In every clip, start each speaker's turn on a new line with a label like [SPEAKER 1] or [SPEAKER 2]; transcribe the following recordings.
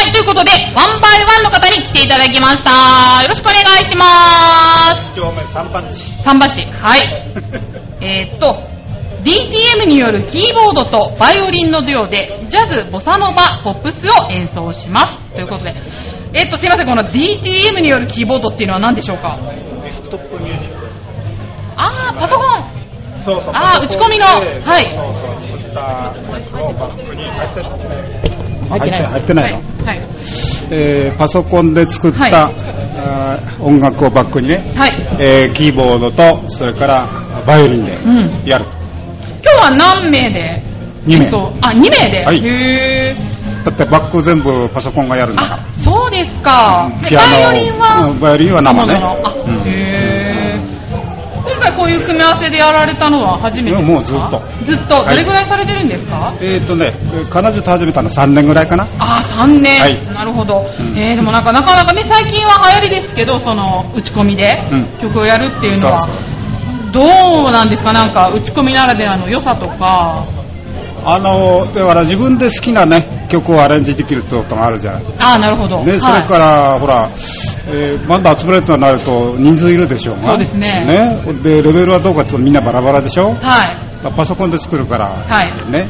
[SPEAKER 1] いうことで、ワンバイワンの方に来ていただきました。よろしくお願いします。
[SPEAKER 2] 一丁目三パンチ。
[SPEAKER 1] サンバッチ。はい。えーっと、DTM によるキーボードとバイオリンのデュオで、ジャズ、ボサノバ、ポップスを演奏します。ということで、えーっと、すいません、この DTM によるキーボードっていうのは何でしょうか
[SPEAKER 2] デスクトップミュージック。
[SPEAKER 1] あー、パソコン
[SPEAKER 2] そうそう。
[SPEAKER 1] あー打ち込みのはい
[SPEAKER 2] そうそう。そういったやつをバックに入ってる
[SPEAKER 3] 入ってない入ってないの
[SPEAKER 1] はい。はい
[SPEAKER 3] えーパソコンで作った、
[SPEAKER 1] はい
[SPEAKER 3] あー音楽をバックにね、
[SPEAKER 1] はい。
[SPEAKER 3] えーキーボードとそれからバイオリンで
[SPEAKER 1] うん
[SPEAKER 3] やる、
[SPEAKER 1] 今日は何名で
[SPEAKER 3] 二名
[SPEAKER 1] そうあ、2名で、
[SPEAKER 3] はい
[SPEAKER 1] へー。
[SPEAKER 3] だってバック全部パソコンがやるんだから
[SPEAKER 1] あ、そうですか。で
[SPEAKER 3] ピア
[SPEAKER 1] バ
[SPEAKER 3] ノ
[SPEAKER 1] イオリン
[SPEAKER 3] うん
[SPEAKER 1] は
[SPEAKER 3] バイオリンは生ね
[SPEAKER 1] 本物のあ、
[SPEAKER 3] うん
[SPEAKER 1] へー今回こういう組み合わせでやられたのは初めてですか
[SPEAKER 3] もうずっと
[SPEAKER 1] ずっと。ど
[SPEAKER 3] はい
[SPEAKER 1] れぐらいされてるんですか、
[SPEAKER 3] えっ、とね彼女と始めたの3年ぐらいかな
[SPEAKER 1] あー、3年、
[SPEAKER 3] はい
[SPEAKER 1] なるほど。
[SPEAKER 3] ん
[SPEAKER 1] えー、でもなんかなかなかね、最近は流行りですけど、その、打ち込みで
[SPEAKER 3] うん
[SPEAKER 1] 曲をやるっていうのは、
[SPEAKER 3] そうそうそ
[SPEAKER 1] どうなんですかなんか、打ち込みならではの良さとか。
[SPEAKER 3] あのだから自分で好きなね曲をアレンジできるってことがあるじゃない
[SPEAKER 1] あー、なるほど。
[SPEAKER 3] ね、それ
[SPEAKER 1] は
[SPEAKER 3] か
[SPEAKER 1] い
[SPEAKER 3] ら、ほら、えーバンド集めるとなると人数いるでしょうが。
[SPEAKER 1] そうですね
[SPEAKER 3] ね。で、レベルはどうかっていうとみんなバラバラでしょ
[SPEAKER 1] はい。
[SPEAKER 3] パソコンで作るから、
[SPEAKER 1] はい
[SPEAKER 3] ね、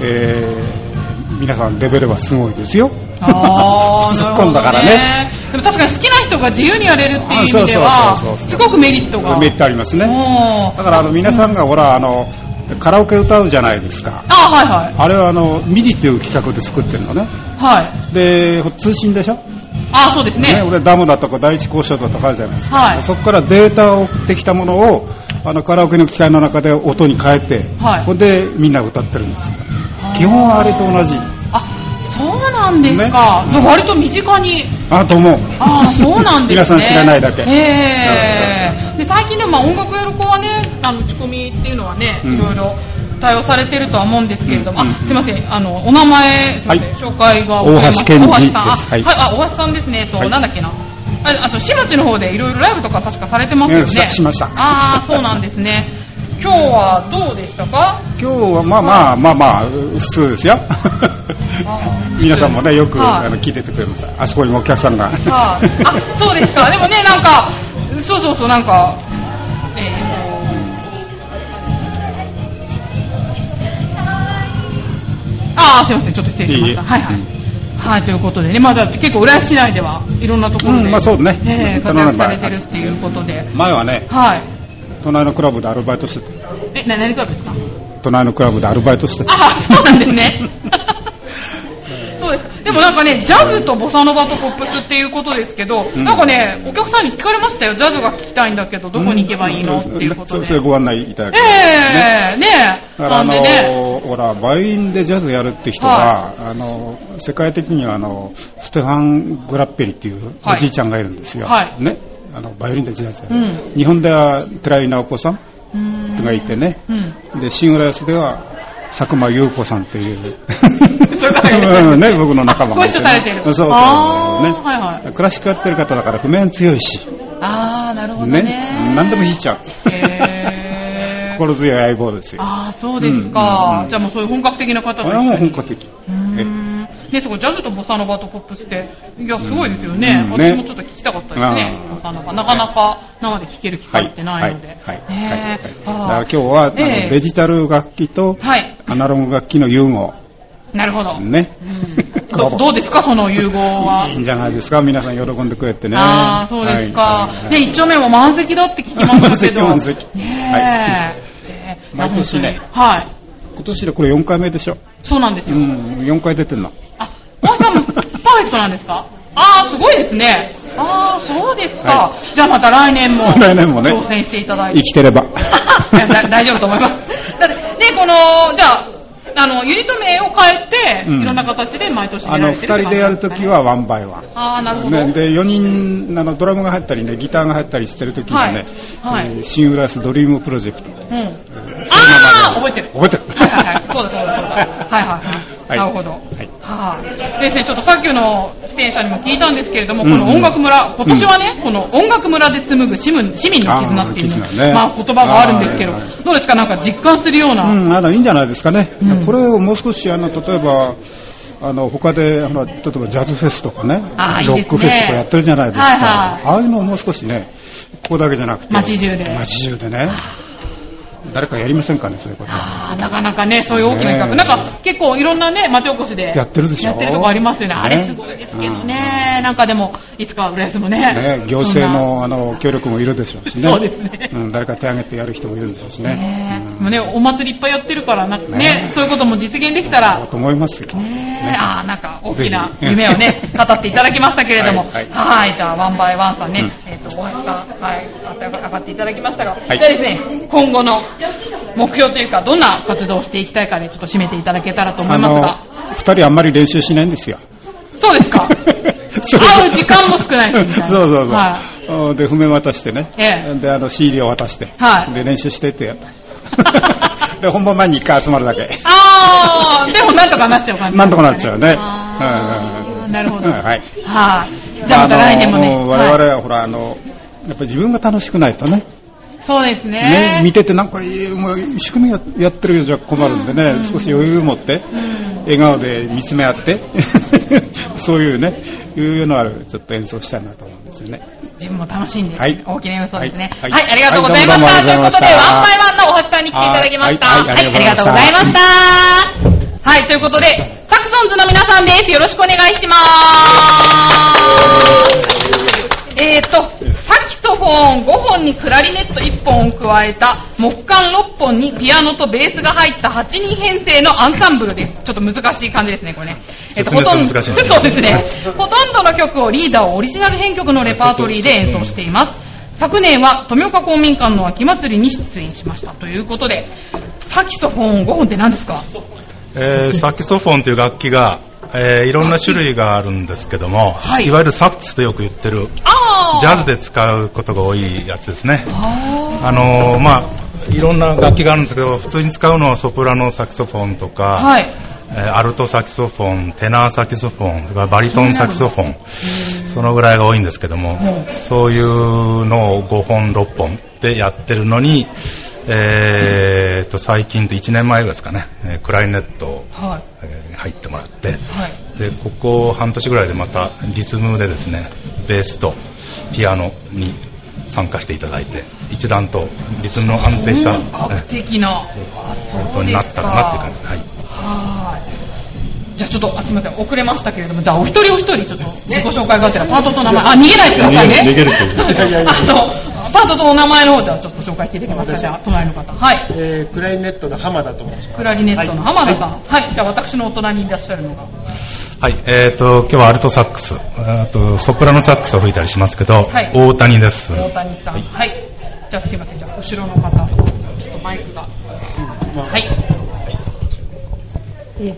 [SPEAKER 3] えー皆さんレベルはすごいですよ。
[SPEAKER 1] あ
[SPEAKER 3] パ
[SPEAKER 1] ー、
[SPEAKER 3] ソ
[SPEAKER 1] なる
[SPEAKER 3] コ
[SPEAKER 1] ほ
[SPEAKER 3] ン
[SPEAKER 1] ど
[SPEAKER 3] だからね。
[SPEAKER 1] ね。でも確かに好きな人が自由にやれるっていう意味では
[SPEAKER 3] あそうそうそう、そう
[SPEAKER 1] すごくメリットが。
[SPEAKER 3] メリットありますね。
[SPEAKER 1] お
[SPEAKER 3] だ
[SPEAKER 1] ー
[SPEAKER 3] から、あの、皆さんがほら、あの、カラオケ歌うじゃないですか。
[SPEAKER 1] あ、はいはい。
[SPEAKER 3] あれはあの、ミディっていう企画で作ってるのね。
[SPEAKER 1] はい。
[SPEAKER 3] で、通信でしょ
[SPEAKER 1] あ、そうですね。
[SPEAKER 3] ね、俺ダムだとか第一交渉だとかあるじゃないですか、
[SPEAKER 1] はい
[SPEAKER 3] そこからデータを送ってきたものをあのカラオケの機械の中で音に変えて、
[SPEAKER 1] はい
[SPEAKER 3] ほんでみんな歌ってるんですよ
[SPEAKER 1] あー
[SPEAKER 3] 基本はあれと同じ
[SPEAKER 1] あ、そうなんですか。
[SPEAKER 3] ねうん
[SPEAKER 1] 割と身近に。
[SPEAKER 3] あと思う
[SPEAKER 1] ああ、そう なんですね。
[SPEAKER 3] 皆さん知らないだけ
[SPEAKER 1] ええで、最近でもまあ音楽やる子はね、あの、打ち込みっていうのはね、
[SPEAKER 3] うん
[SPEAKER 1] いろいろ対応されてるとは思うんですけれども、
[SPEAKER 3] うん
[SPEAKER 1] あ、すいません、あの、お名前、すいません、
[SPEAKER 3] はい
[SPEAKER 1] 紹介が遅れました
[SPEAKER 3] 大橋健二
[SPEAKER 1] 大橋さん、あ、
[SPEAKER 3] です
[SPEAKER 1] は、
[SPEAKER 3] はいい
[SPEAKER 1] あ、大橋さんですね、と、
[SPEAKER 3] はい
[SPEAKER 1] なんだっけな。ああと、市町の方でいろいろライブとか確かされてますよね。
[SPEAKER 3] ねししました
[SPEAKER 1] ああ、そうなんですね。今日はどうでしたか
[SPEAKER 3] 今日はまあまあまあまあ普通ですよ 皆さんもねよく、
[SPEAKER 1] はい
[SPEAKER 3] あの聞いててくれますあそこにもお客さんが
[SPEAKER 1] ああ、そうですか。でもね、なんか、そうそうそう、なんか、えーとああ、すいません、ちょっと失礼しました。
[SPEAKER 3] いえいえ
[SPEAKER 1] はいは
[SPEAKER 3] う
[SPEAKER 1] い
[SPEAKER 3] ん。
[SPEAKER 1] はい、ということでね、まあ、だって結構、浦安市内では、いろんなところで、
[SPEAKER 3] うんまあそうね
[SPEAKER 1] ええ
[SPEAKER 3] 頼
[SPEAKER 1] 活
[SPEAKER 3] めば
[SPEAKER 1] 躍されてるっていうことで、
[SPEAKER 3] 前はね
[SPEAKER 1] はい。
[SPEAKER 3] 隣のクラブでアルバイトしてて
[SPEAKER 1] え、な何クラブですか
[SPEAKER 3] 隣のクラブでアルバイトしてて
[SPEAKER 1] ああ、そうなんですね。そうですか。でもなんかね、ジャズとボサノバとポップスっていうことですけど、
[SPEAKER 3] ん
[SPEAKER 1] なんかね、お客さんに聞かれましたよ。ジャズが聞きたいんだけど、どこに行けばいいのっていうこと
[SPEAKER 3] そう
[SPEAKER 1] で。
[SPEAKER 3] そうご案内いただき
[SPEAKER 1] え
[SPEAKER 3] ました
[SPEAKER 1] えねえ。
[SPEAKER 3] だから
[SPEAKER 1] な
[SPEAKER 3] あ
[SPEAKER 1] ん
[SPEAKER 3] の
[SPEAKER 1] でね。
[SPEAKER 3] ほら、バイオリンでジャズやるって人が、
[SPEAKER 1] は
[SPEAKER 3] あの世界的にはあのステファン・グラッペリっていう
[SPEAKER 1] はい
[SPEAKER 3] おじいちゃんがいるんですよ、
[SPEAKER 1] はい
[SPEAKER 3] ね、あのバイオリンでジャズや
[SPEAKER 1] う
[SPEAKER 3] る、
[SPEAKER 1] ん。
[SPEAKER 3] 日本では寺井直子さん
[SPEAKER 1] うーん
[SPEAKER 3] がいてね、
[SPEAKER 1] うん。
[SPEAKER 3] で新浦安では佐久間優子さんっていう、
[SPEAKER 1] そういう方がいらっしゃる
[SPEAKER 3] うん ね、僕の仲間が
[SPEAKER 1] あ
[SPEAKER 3] い
[SPEAKER 1] ご一緒されてる
[SPEAKER 3] そうそう、ね
[SPEAKER 1] あーはいは
[SPEAKER 3] クラシックやってる方だから譜面強いし、
[SPEAKER 1] ああ、なるほどね。
[SPEAKER 3] ね何でも弾いちゃう、
[SPEAKER 1] へえ
[SPEAKER 3] 心強い相棒ですよ。
[SPEAKER 1] ああ、そうですか、
[SPEAKER 3] うんうん
[SPEAKER 1] じゃあもうそういう本格的な方
[SPEAKER 3] こ
[SPEAKER 1] と
[SPEAKER 3] れはもう
[SPEAKER 1] 一緒
[SPEAKER 3] 本
[SPEAKER 1] に。
[SPEAKER 3] 格的
[SPEAKER 1] うーんね、そこジャズとボサノバとポップスって、いや、すごいですよね。
[SPEAKER 3] うん
[SPEAKER 1] 私
[SPEAKER 3] ね
[SPEAKER 1] もちょっと聞きたかったですね。
[SPEAKER 3] うん
[SPEAKER 1] ボサノバ。なかなか生で聴ける機会ってないので。
[SPEAKER 3] はい。はい。
[SPEAKER 1] ねえ
[SPEAKER 3] はいはいだから
[SPEAKER 1] あ
[SPEAKER 3] 今日は、あの
[SPEAKER 1] ええ
[SPEAKER 3] デジタル楽器と、
[SPEAKER 1] あはい。
[SPEAKER 3] アナログ楽器の融合。
[SPEAKER 1] なるほど。
[SPEAKER 3] ね。
[SPEAKER 1] どどうですか、その融合は。
[SPEAKER 3] いいんじゃないですか。皆さん喜んでくれてね。
[SPEAKER 1] ああ、そうですか。
[SPEAKER 3] はい
[SPEAKER 1] ね、一丁目も満席だって聞きましたけど。
[SPEAKER 3] 満席満席は
[SPEAKER 1] ねえ。ねえ
[SPEAKER 3] 毎年ね
[SPEAKER 1] はい。
[SPEAKER 3] 今年でこれ4回目でしょ。
[SPEAKER 1] そうなんです
[SPEAKER 3] う
[SPEAKER 1] よ。
[SPEAKER 3] ん、4回出てんの。
[SPEAKER 1] あ、大橋さんもパーフェクトなんですかああ、すごいですね。ああ、そうですか。じゃあまた来年も。
[SPEAKER 3] 来年もね
[SPEAKER 1] 挑戦していただい
[SPEAKER 3] 生
[SPEAKER 1] て。
[SPEAKER 3] きてれば。
[SPEAKER 1] いやだ大丈夫と思います。だって、ね、この、じゃあ、あの、ユニット名を変えて、
[SPEAKER 3] うん
[SPEAKER 1] いろんな形で毎年
[SPEAKER 3] あ
[SPEAKER 1] 出ら
[SPEAKER 3] の、
[SPEAKER 1] れ
[SPEAKER 3] 2
[SPEAKER 1] てるって
[SPEAKER 3] 人
[SPEAKER 1] 感じ
[SPEAKER 3] で
[SPEAKER 1] な
[SPEAKER 3] や
[SPEAKER 1] ん
[SPEAKER 3] る
[SPEAKER 1] です
[SPEAKER 3] と
[SPEAKER 1] かね
[SPEAKER 3] きはワンバイワン。
[SPEAKER 1] ああ、なるほど。
[SPEAKER 3] ね、で4人あのドラムが入ったりねギターが入ったりしてる時のね、
[SPEAKER 1] はいはい
[SPEAKER 3] えー新浦安ドリームプロジェクト
[SPEAKER 1] うん。ああ
[SPEAKER 3] そ
[SPEAKER 1] 覚
[SPEAKER 3] の
[SPEAKER 1] えて
[SPEAKER 3] 名前
[SPEAKER 1] る。
[SPEAKER 3] 覚えてる
[SPEAKER 1] はいはいはい。そうだそうだそうだ。はいはいはい。なるほど。
[SPEAKER 3] は
[SPEAKER 1] はいい。ですね、ちょっとさっきの出演者にも聞いたんですけれども、
[SPEAKER 3] うん
[SPEAKER 1] この音楽村、今年はね、この音楽村で紡ぐ市民市民の絆っていう
[SPEAKER 3] あー絆ね
[SPEAKER 1] の、まあ言葉があるんですけど
[SPEAKER 3] あーは、
[SPEAKER 1] どうですかなんか実感するような。
[SPEAKER 3] うん、あのいいんじゃないですかね、
[SPEAKER 1] うん
[SPEAKER 3] これをもう少しあの例えば、あの他でほら例えばジャズフェスとかね
[SPEAKER 1] あーいい
[SPEAKER 3] ロ
[SPEAKER 1] で
[SPEAKER 3] ッ
[SPEAKER 1] すね
[SPEAKER 3] クフェスとかやってるじゃないですか、
[SPEAKER 1] はいはい
[SPEAKER 3] ああいうのをもう少しねここだけじゃなくて
[SPEAKER 1] 街中で
[SPEAKER 3] 街中でね誰かやりませんかねそういうこと
[SPEAKER 1] あーなかなかね、そういう大きな企画、
[SPEAKER 3] ねえ
[SPEAKER 1] なんか結構いろんなね、町おこしで
[SPEAKER 3] やってるでしょ
[SPEAKER 1] やってるとこありますよね、
[SPEAKER 3] ね
[SPEAKER 1] あれすごいですけどね、なんかでも、いつか浦安もね、
[SPEAKER 3] ね行
[SPEAKER 1] そん
[SPEAKER 3] 政
[SPEAKER 1] な
[SPEAKER 3] のあの協力もいるでしょうしね
[SPEAKER 1] そうですね
[SPEAKER 3] うん、誰か手挙げてやる人もいるでしょうしね
[SPEAKER 1] ねえ、
[SPEAKER 3] う
[SPEAKER 1] も
[SPEAKER 3] ん
[SPEAKER 1] うね、お祭りいっぱいやってるから、なんか
[SPEAKER 3] ね
[SPEAKER 1] ね、そういうことも実現できたら
[SPEAKER 3] だ、と思いますよ、
[SPEAKER 1] ねえ、ああ、なんか大きな
[SPEAKER 3] ぜひ
[SPEAKER 1] 夢をね、 語っていただきましたけれども、は
[SPEAKER 3] はいい、
[SPEAKER 1] じゃあ、ワンバイワンさんね、
[SPEAKER 3] うん
[SPEAKER 1] えっ、と、お話が、はい、上がっていただきましたが、
[SPEAKER 3] い
[SPEAKER 1] じゃあですね、今後の目標というか、どんな活動をしていきたいかで、ちょっと締めていただけたらと思いますが、
[SPEAKER 3] の二人あんまり練習しないんですよ
[SPEAKER 1] そうですか
[SPEAKER 3] そ
[SPEAKER 1] 会う時間も少ないしみたいな
[SPEAKER 3] そうそうそう、
[SPEAKER 1] は
[SPEAKER 3] うんで譜面渡してね、
[SPEAKER 1] え
[SPEAKER 3] であの CD を渡して、
[SPEAKER 1] はい
[SPEAKER 3] で練習してってやった で本番前に一回集まるだけ
[SPEAKER 1] あー、でもなんとかなっちゃう感じ、
[SPEAKER 3] なんとかなっちゃうね
[SPEAKER 1] あー
[SPEAKER 3] うんうんうん
[SPEAKER 1] なるほど。
[SPEAKER 3] うんはい
[SPEAKER 1] はいじゃあまた来年もね。
[SPEAKER 3] あの
[SPEAKER 1] はい
[SPEAKER 3] 我々はほらあのやっぱり自分が楽しくないとね
[SPEAKER 1] そうですね。
[SPEAKER 3] ね見ててなんかいいもう仕組みややってるようじゃ困るんでね、
[SPEAKER 1] うん
[SPEAKER 3] 少し余裕持って、
[SPEAKER 1] うん
[SPEAKER 3] 笑顔で見つめ合って そういうね いうのあるちょっと演奏したいなと思うんですよね
[SPEAKER 1] 自分も楽しんで、
[SPEAKER 3] はい
[SPEAKER 1] 大きな演奏ですね、は
[SPEAKER 3] はいい
[SPEAKER 1] ありがとうございました。
[SPEAKER 3] はい
[SPEAKER 1] とい
[SPEAKER 3] ど
[SPEAKER 1] う
[SPEAKER 3] う
[SPEAKER 1] こ
[SPEAKER 3] もどうも
[SPEAKER 1] とで、
[SPEAKER 3] ありが
[SPEAKER 1] ワ
[SPEAKER 3] と
[SPEAKER 1] ンバイワンのお
[SPEAKER 3] うござい
[SPEAKER 1] はつさんに来ていただきました。
[SPEAKER 3] はいはいありがとうご
[SPEAKER 1] はいありがとう
[SPEAKER 3] ざいました
[SPEAKER 1] ございました。はい、ということで、サクソンズの皆さんです。よろしくお願いします。えーと、サキソフォン5本にクラリネット1本を加えた木管6本にピアノとベースが入った8人編成のアンサンブルです。ちょっと難しい感じですね、これね。えっと、
[SPEAKER 4] 説明するの
[SPEAKER 1] ほ
[SPEAKER 4] 難しい
[SPEAKER 1] とん
[SPEAKER 4] ね
[SPEAKER 1] どそうですね。ほとんどの曲をリーダーをオリジナル編曲のレパートリーで演奏しています。昨年は富岡公民館の秋祭りに出演しましたということで、サキソフォン5本って何ですか
[SPEAKER 4] えーサキソフォンという楽器が、えーいろんな種類があるんですけども、
[SPEAKER 1] はい
[SPEAKER 4] いわゆるサックスとよく言ってる、
[SPEAKER 1] あ
[SPEAKER 4] ジャズで使うことが多いやつですね。
[SPEAKER 1] あ
[SPEAKER 4] あのーまあ、いろんな楽器があるんですけど、普通に使うのはソプラノサキソフォンとか、
[SPEAKER 1] ーはい。
[SPEAKER 4] えーアルトサキソフォン、テナーサキソフォン、それからバリトンサキソフォン、そのぐらいが多いんですけども、
[SPEAKER 1] うん
[SPEAKER 4] そういうのを5本、6本でやってるのに、えーっと、最近と1年前ぐらいですかね、えークライネットを
[SPEAKER 1] はい。
[SPEAKER 4] えー入ってもらって、
[SPEAKER 1] はい。
[SPEAKER 4] でここ半年ぐらいでまたリズムでですねベースとピアノに参加していただいて一段とリズムの安定した
[SPEAKER 1] 本格的な。あそう
[SPEAKER 4] 音になったかなっていう感じ、はい、
[SPEAKER 1] はい。じゃあちょっと、あすみません、遅れましたけれども、じゃあお一人お一人、ちょっと自己紹介がてら、パートと名前、あ、逃げないでくださいね。
[SPEAKER 5] 逃げる逃げる
[SPEAKER 1] あの、 パートとお名前の方、じゃあちょっと紹介していただけますか、じゃあ、隣の方。はい。
[SPEAKER 2] えー、クライネットの浜田と申します。
[SPEAKER 1] クラリネットの
[SPEAKER 2] はい
[SPEAKER 1] 浜田さん。はい。じゃあ私のお隣にいらっしゃるのが。
[SPEAKER 4] はいえー、と今日はアルトサックスあとソプラノサックスを吹いたりしますけど、
[SPEAKER 1] はい
[SPEAKER 4] 大谷です
[SPEAKER 1] 大谷さん。はい。じゃあすいません、じゃあ後ろの方、ちょっとマイクが。はい。
[SPEAKER 6] えー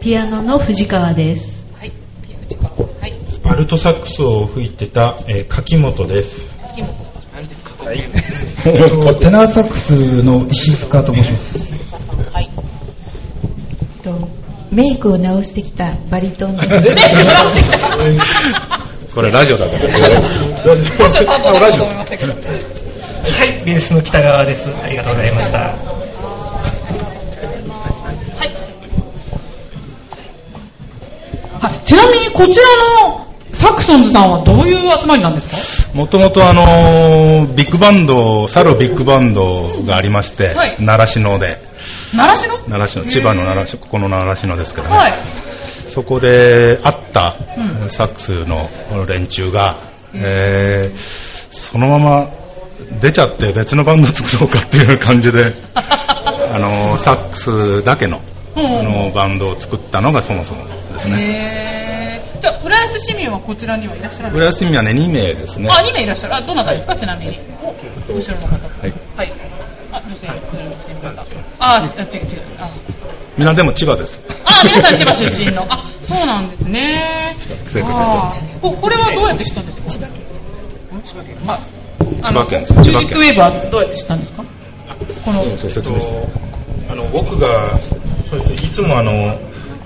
[SPEAKER 6] ピアノの藤川です。
[SPEAKER 1] はい。ピーチかはい。
[SPEAKER 7] アルトサックスを吹いてた、えー柿本です。
[SPEAKER 1] 月本何ですか
[SPEAKER 7] テナーサックスの石塚と申します。
[SPEAKER 1] はい。
[SPEAKER 6] とメイクを直してきたバリトン で
[SPEAKER 1] で、笑ってきた。
[SPEAKER 4] これラジオだ から
[SPEAKER 1] 少しパートだと思いましたけど。
[SPEAKER 8] はい、ベースの北川です。ありがとうございました。
[SPEAKER 1] はい。はい、ちなみにこちらのサクソンズさんはどういう集まりなんですか
[SPEAKER 4] もともとあのービッグバンドサロビッグバンドがありまして、
[SPEAKER 1] はい
[SPEAKER 4] 習志野で
[SPEAKER 1] 習志野
[SPEAKER 4] 習志野千葉の習志野ここの習志野ですけどね、
[SPEAKER 1] はい。
[SPEAKER 4] そこで会った
[SPEAKER 1] うん
[SPEAKER 4] サックスの連中が、えーそのまま出ちゃって別のバンド作ろうかっていう感じ で、あのサックスだけの
[SPEAKER 1] うん
[SPEAKER 4] あのバンドを作ったのがそもそもですね。
[SPEAKER 1] へー。じゃあ、浦安市民はこちらにはいらっしゃらない
[SPEAKER 4] 浦安にはね、2名ですね。。
[SPEAKER 1] あ、2名いらっしゃる。あ、どなたですか、ちなみに。お後ろの方。はいはい。あ、女性、こちらの来てくれた。あ、あ違う違う。あ、
[SPEAKER 4] みんなでも千葉です。
[SPEAKER 1] あ皆さん千葉出身の。あ、そうなんですね。
[SPEAKER 4] 生徒で
[SPEAKER 1] あーここれはどうやってしたんですか千葉県。千葉県。まあ、あの
[SPEAKER 4] 千葉県ですね
[SPEAKER 1] ミュー
[SPEAKER 4] 千葉
[SPEAKER 1] ジ
[SPEAKER 4] 県
[SPEAKER 1] ックウェーブはどうやってしたんですかこの、
[SPEAKER 4] 説明して。
[SPEAKER 7] あの僕がそうですねいつもあの、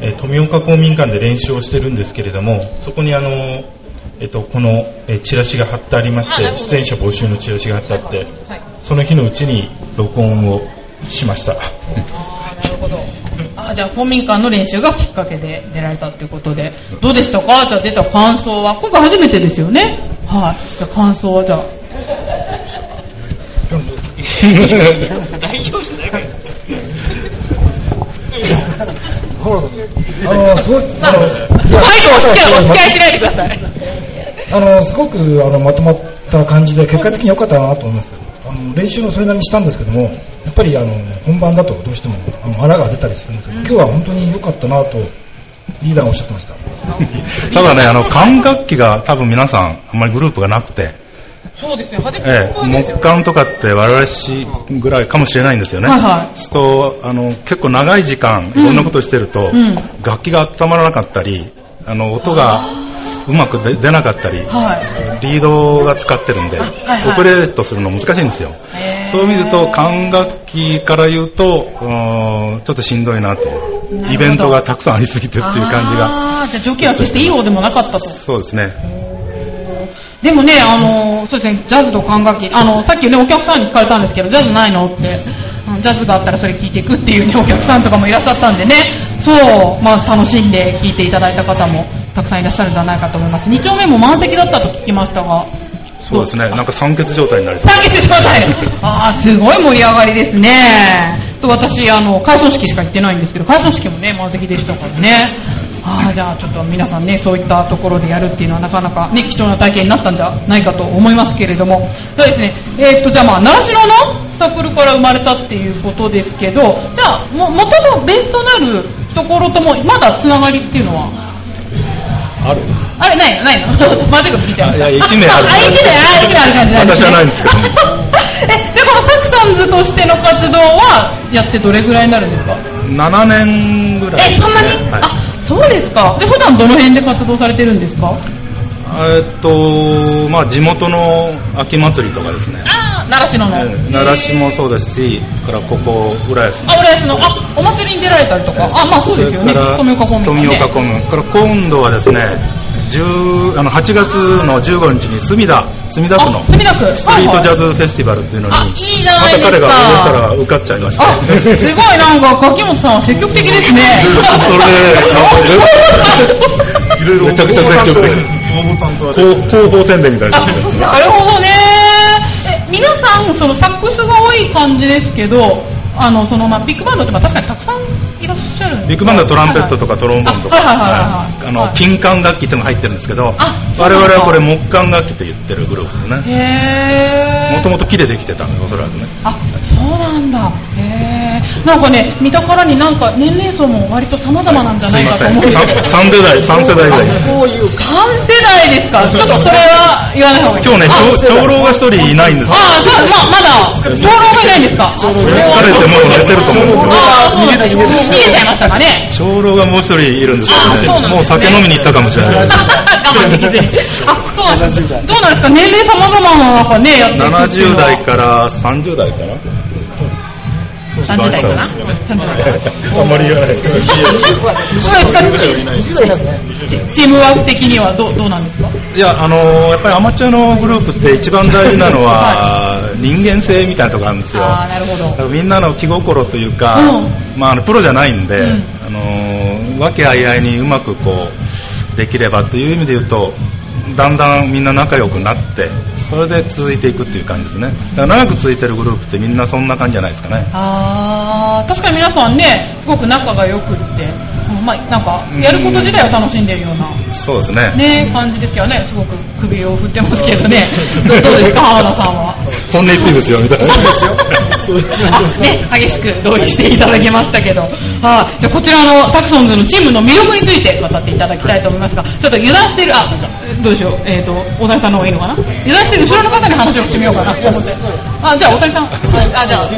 [SPEAKER 7] えー富岡公民館で練習をしてるんですけれども、そこにあの、えっと、この、えーチラシが貼ってありまし
[SPEAKER 1] あなる
[SPEAKER 7] て、
[SPEAKER 1] ほど
[SPEAKER 7] 出演者募集のチラシが貼ってあって、
[SPEAKER 1] はい。
[SPEAKER 7] その日のうちに録音をしました。
[SPEAKER 1] ああ、なるほど。ああじゃあ公民館の練習がきっかけで出られたということでどうでしたかじゃあ出た感想は今回初めてですよねはいじゃあ感想はじゃあ
[SPEAKER 5] あの、すごい、
[SPEAKER 1] ま
[SPEAKER 5] あ
[SPEAKER 1] あ
[SPEAKER 5] の、いや
[SPEAKER 1] はいお使いお使いしないでください
[SPEAKER 5] あの、すごく、あの、まとまった感じで、結果的に良かったなと思います。あの、練習もそれなりにしたんですけども、やっぱり、あの、本番だとどうしても、あの、荒が出たりするんですけど、今日は本当に良かったなと、リーダーがおっしゃってました。
[SPEAKER 4] ただね、あの、管楽器が多分皆さん、あんまりグループがなくて、
[SPEAKER 1] そうですね初め
[SPEAKER 4] え
[SPEAKER 1] て
[SPEAKER 4] え、木管とかって我々しぐらいかもしれないんですよね。
[SPEAKER 1] はいはい
[SPEAKER 4] そうすると、あの、結構長い時間、
[SPEAKER 1] うん
[SPEAKER 4] いろんなことをしてると、
[SPEAKER 1] うん
[SPEAKER 4] 楽器が温まらなかったり、あの、音がうまく出出なかったり、
[SPEAKER 1] はい
[SPEAKER 4] リードが使ってるんで、
[SPEAKER 1] あはいはい
[SPEAKER 4] オペレートするの難しいんですよ。
[SPEAKER 1] へー
[SPEAKER 4] そういう意味で言うと、管楽器から言うと、うんちょっとしんどいなと。
[SPEAKER 1] ほど
[SPEAKER 4] イベントがたくさんありすぎてっていう感じが。
[SPEAKER 1] あーじゃあ条件は決していい方でもなかったと
[SPEAKER 4] そうですね。
[SPEAKER 1] でもね、あのそうですね、ジャズと管楽器、あのさっきね、お客さんに聞かれたんですけど、ジャズないのって、あのジャズがあったらそれ聞いていくっていうね、お客さんとかもいらっしゃったんでね、そう、まあ楽しんで聞いていただいた方もたくさんいらっしゃるんじゃないかと思います。2丁目も満席だったと聞きましたが、
[SPEAKER 4] そうですね。なんか酸欠状態になりそう。
[SPEAKER 1] 三欠状態 ああ、すごい盛り上がりですね。と私、あの、開村式しか行ってないんですけど、開村式もね、満席でしたからね。ああ、じゃあちょっと皆さんね、そういったところでやるっていうのはなかなかね、貴重な体験になったんじゃないかと思いますけれども。そうですね、えーっと、じゃあまあ、習志野のサークルから生まれたっていうことですけど、じゃあ、も、元のベースとなるところとも、まだつながりっていうのは
[SPEAKER 4] ある
[SPEAKER 1] あれ、ないの ないのまずいこと聞いちゃいました。
[SPEAKER 4] いや一名ある
[SPEAKER 1] あ、一名ある、一名ある感じ
[SPEAKER 4] 私はないんですけど
[SPEAKER 1] え、じゃあこのサクソンズとしての活動は、やってどれぐらいになるんですか
[SPEAKER 4] 7年ぐらい
[SPEAKER 1] え、
[SPEAKER 4] です
[SPEAKER 1] そ
[SPEAKER 4] ね、
[SPEAKER 1] んなに、
[SPEAKER 4] はい
[SPEAKER 1] あ、そうですか。で、普段どの辺で活動されてるんですか
[SPEAKER 4] えーっと、まあ、地元の秋祭りとかですね。
[SPEAKER 1] あー、習志野の。
[SPEAKER 4] えー奈良市もそうですし、からここ、浦安
[SPEAKER 1] あ、浦安の、あ、お祭りに出られたりとか。あ、まあそうですよね。
[SPEAKER 4] れから
[SPEAKER 1] 富岡公民館ね。
[SPEAKER 4] 富岡公民館から今度はですね、10あの8月の15日に隅田、墨田区の
[SPEAKER 1] あ、墨田区。
[SPEAKER 4] ストリートジャ
[SPEAKER 1] ズ。
[SPEAKER 4] ズフェスティバルっていうのに、
[SPEAKER 1] あいいじゃないですか
[SPEAKER 4] また彼が応募したら受かっちゃいまし
[SPEAKER 1] あ、すご
[SPEAKER 4] て。
[SPEAKER 1] いなんか、柿本さんは積極的ですね。
[SPEAKER 4] そ れでいろいろめちゃくちゃ積極的
[SPEAKER 2] 応募担当はです
[SPEAKER 4] 広広報宣伝みたいですね
[SPEAKER 1] なるほどねえ皆さんそのサックスが多い感じですけどあのそのまあビッグバンドってまあ確かにたくさんいらっしゃるんです
[SPEAKER 4] ビッグバンドはトランペットとかトロンボーンとか、
[SPEAKER 1] はいはいはいはい
[SPEAKER 4] あの、ピン管楽器っていうのが入ってるんですけど、我
[SPEAKER 1] あそうなんだ
[SPEAKER 4] 々はこれ木管楽器と言ってるグループですね。
[SPEAKER 1] へえ
[SPEAKER 4] もともと木でできてたんで、おそらくね。
[SPEAKER 1] あそうなんだへえなんかね見たからになんか年齢層も割と様々なんじゃ
[SPEAKER 4] す
[SPEAKER 1] ないい
[SPEAKER 4] ま
[SPEAKER 1] かと
[SPEAKER 4] せん。
[SPEAKER 1] 思うんですけど
[SPEAKER 4] 3世代、三世代ぐら
[SPEAKER 2] こう
[SPEAKER 4] い。
[SPEAKER 2] いう
[SPEAKER 1] 3世代ですかちょっとそれは言わない方がいい
[SPEAKER 4] 今日ね、長長老が一人いないんですよ。
[SPEAKER 1] ああそうまあまだ長老がいないんですか長
[SPEAKER 4] 疲れてもう寝てると思うんですよ。
[SPEAKER 1] ああそうなんだ逃げちゃいましたか ね
[SPEAKER 4] 長老がもう一人いるんです
[SPEAKER 1] あそう
[SPEAKER 4] よ
[SPEAKER 1] なんですね
[SPEAKER 4] もう酒飲みに行ったかもしれないです。
[SPEAKER 1] 我慢できずに。あ、そうなんですか。どうなんですか年齢様々な中ね、やっていくっていう
[SPEAKER 4] 70
[SPEAKER 1] のは
[SPEAKER 4] 代から30代かな
[SPEAKER 1] 30代かな
[SPEAKER 4] そう
[SPEAKER 1] 30代かな
[SPEAKER 4] あんまり言わないけど。
[SPEAKER 1] そうですかチチームワーク的にはどうどうなんですか
[SPEAKER 4] いや、あのやっぱりアマチュアのグループって一番大事なのは、人間性みたいなところあるんですよ。
[SPEAKER 1] ああ、なるほど
[SPEAKER 4] だか。らみんなの気心というか、
[SPEAKER 1] うん
[SPEAKER 4] まあ、あのプロじゃないんで、
[SPEAKER 1] うん
[SPEAKER 4] あの和気あいあいにうまくこうできればという意味で言うとだんだんみんな仲良くなってそれで続いていくっていう感じですねだから長く続いてるグループってみんなそんな感じじゃないですかね
[SPEAKER 1] ああ、確かに皆さんね、すごく仲が良くって、うんまあ、なんか、やること自体は楽しんでるような。
[SPEAKER 4] そうですね
[SPEAKER 1] ね、感じですけどね、すごく首を振ってますけどね。どうですか、浜田さんは。
[SPEAKER 4] 本音言っていいです よみたいな
[SPEAKER 1] ね、激しく同意していただきましたけど、はい、じゃあこちらのサクソンズのチームの魅力について語っていただきたいと思いますが、ちょっと油断してる、あ、どうしよう、えっ、と、小谷さんの方がいいのかな油断してる後ろの方に話をしてみようかなと思 って。あ、じゃあ小谷さん。あ、じゃあ、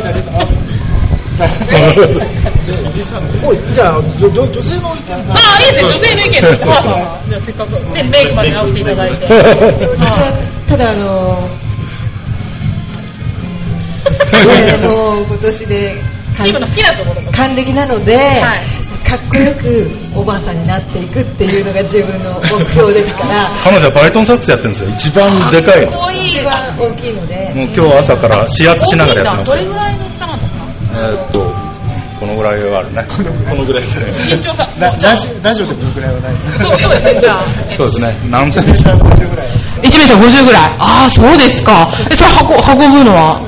[SPEAKER 5] おいじゃあ、女女女性の意見
[SPEAKER 1] あ、いいですね、女性の意見です。あじゃあせっかく、ね、メイクまで直していただ いて。
[SPEAKER 6] 私
[SPEAKER 1] はい
[SPEAKER 6] はただあのえーもう今年で
[SPEAKER 1] チームの好きなところとか。
[SPEAKER 6] 還暦なので、
[SPEAKER 1] い
[SPEAKER 6] かっこよくおばあさんになっていくっていうのが自分の目標ですから
[SPEAKER 4] 彼女はバイトンサックスやってるんですよ一番でかいのも
[SPEAKER 1] かっこいい
[SPEAKER 6] 一番大きいので
[SPEAKER 4] う今日朝から指圧しながらやってま
[SPEAKER 1] 大きいんだど
[SPEAKER 4] し
[SPEAKER 1] れぐらいの大きさなんですか
[SPEAKER 4] たえーっとこのぐ怒られるあるね。このぐらいで
[SPEAKER 1] 身長差。
[SPEAKER 2] ララジラジオでもどのくらいはない
[SPEAKER 1] そう、そうですね、じゃあ。
[SPEAKER 4] そうですね。何セン
[SPEAKER 2] 1
[SPEAKER 4] チ
[SPEAKER 2] メーター50ぐらいなんです
[SPEAKER 1] 1メートル50ぐらい。ああ、そうですか。え、それ運、運ぶのは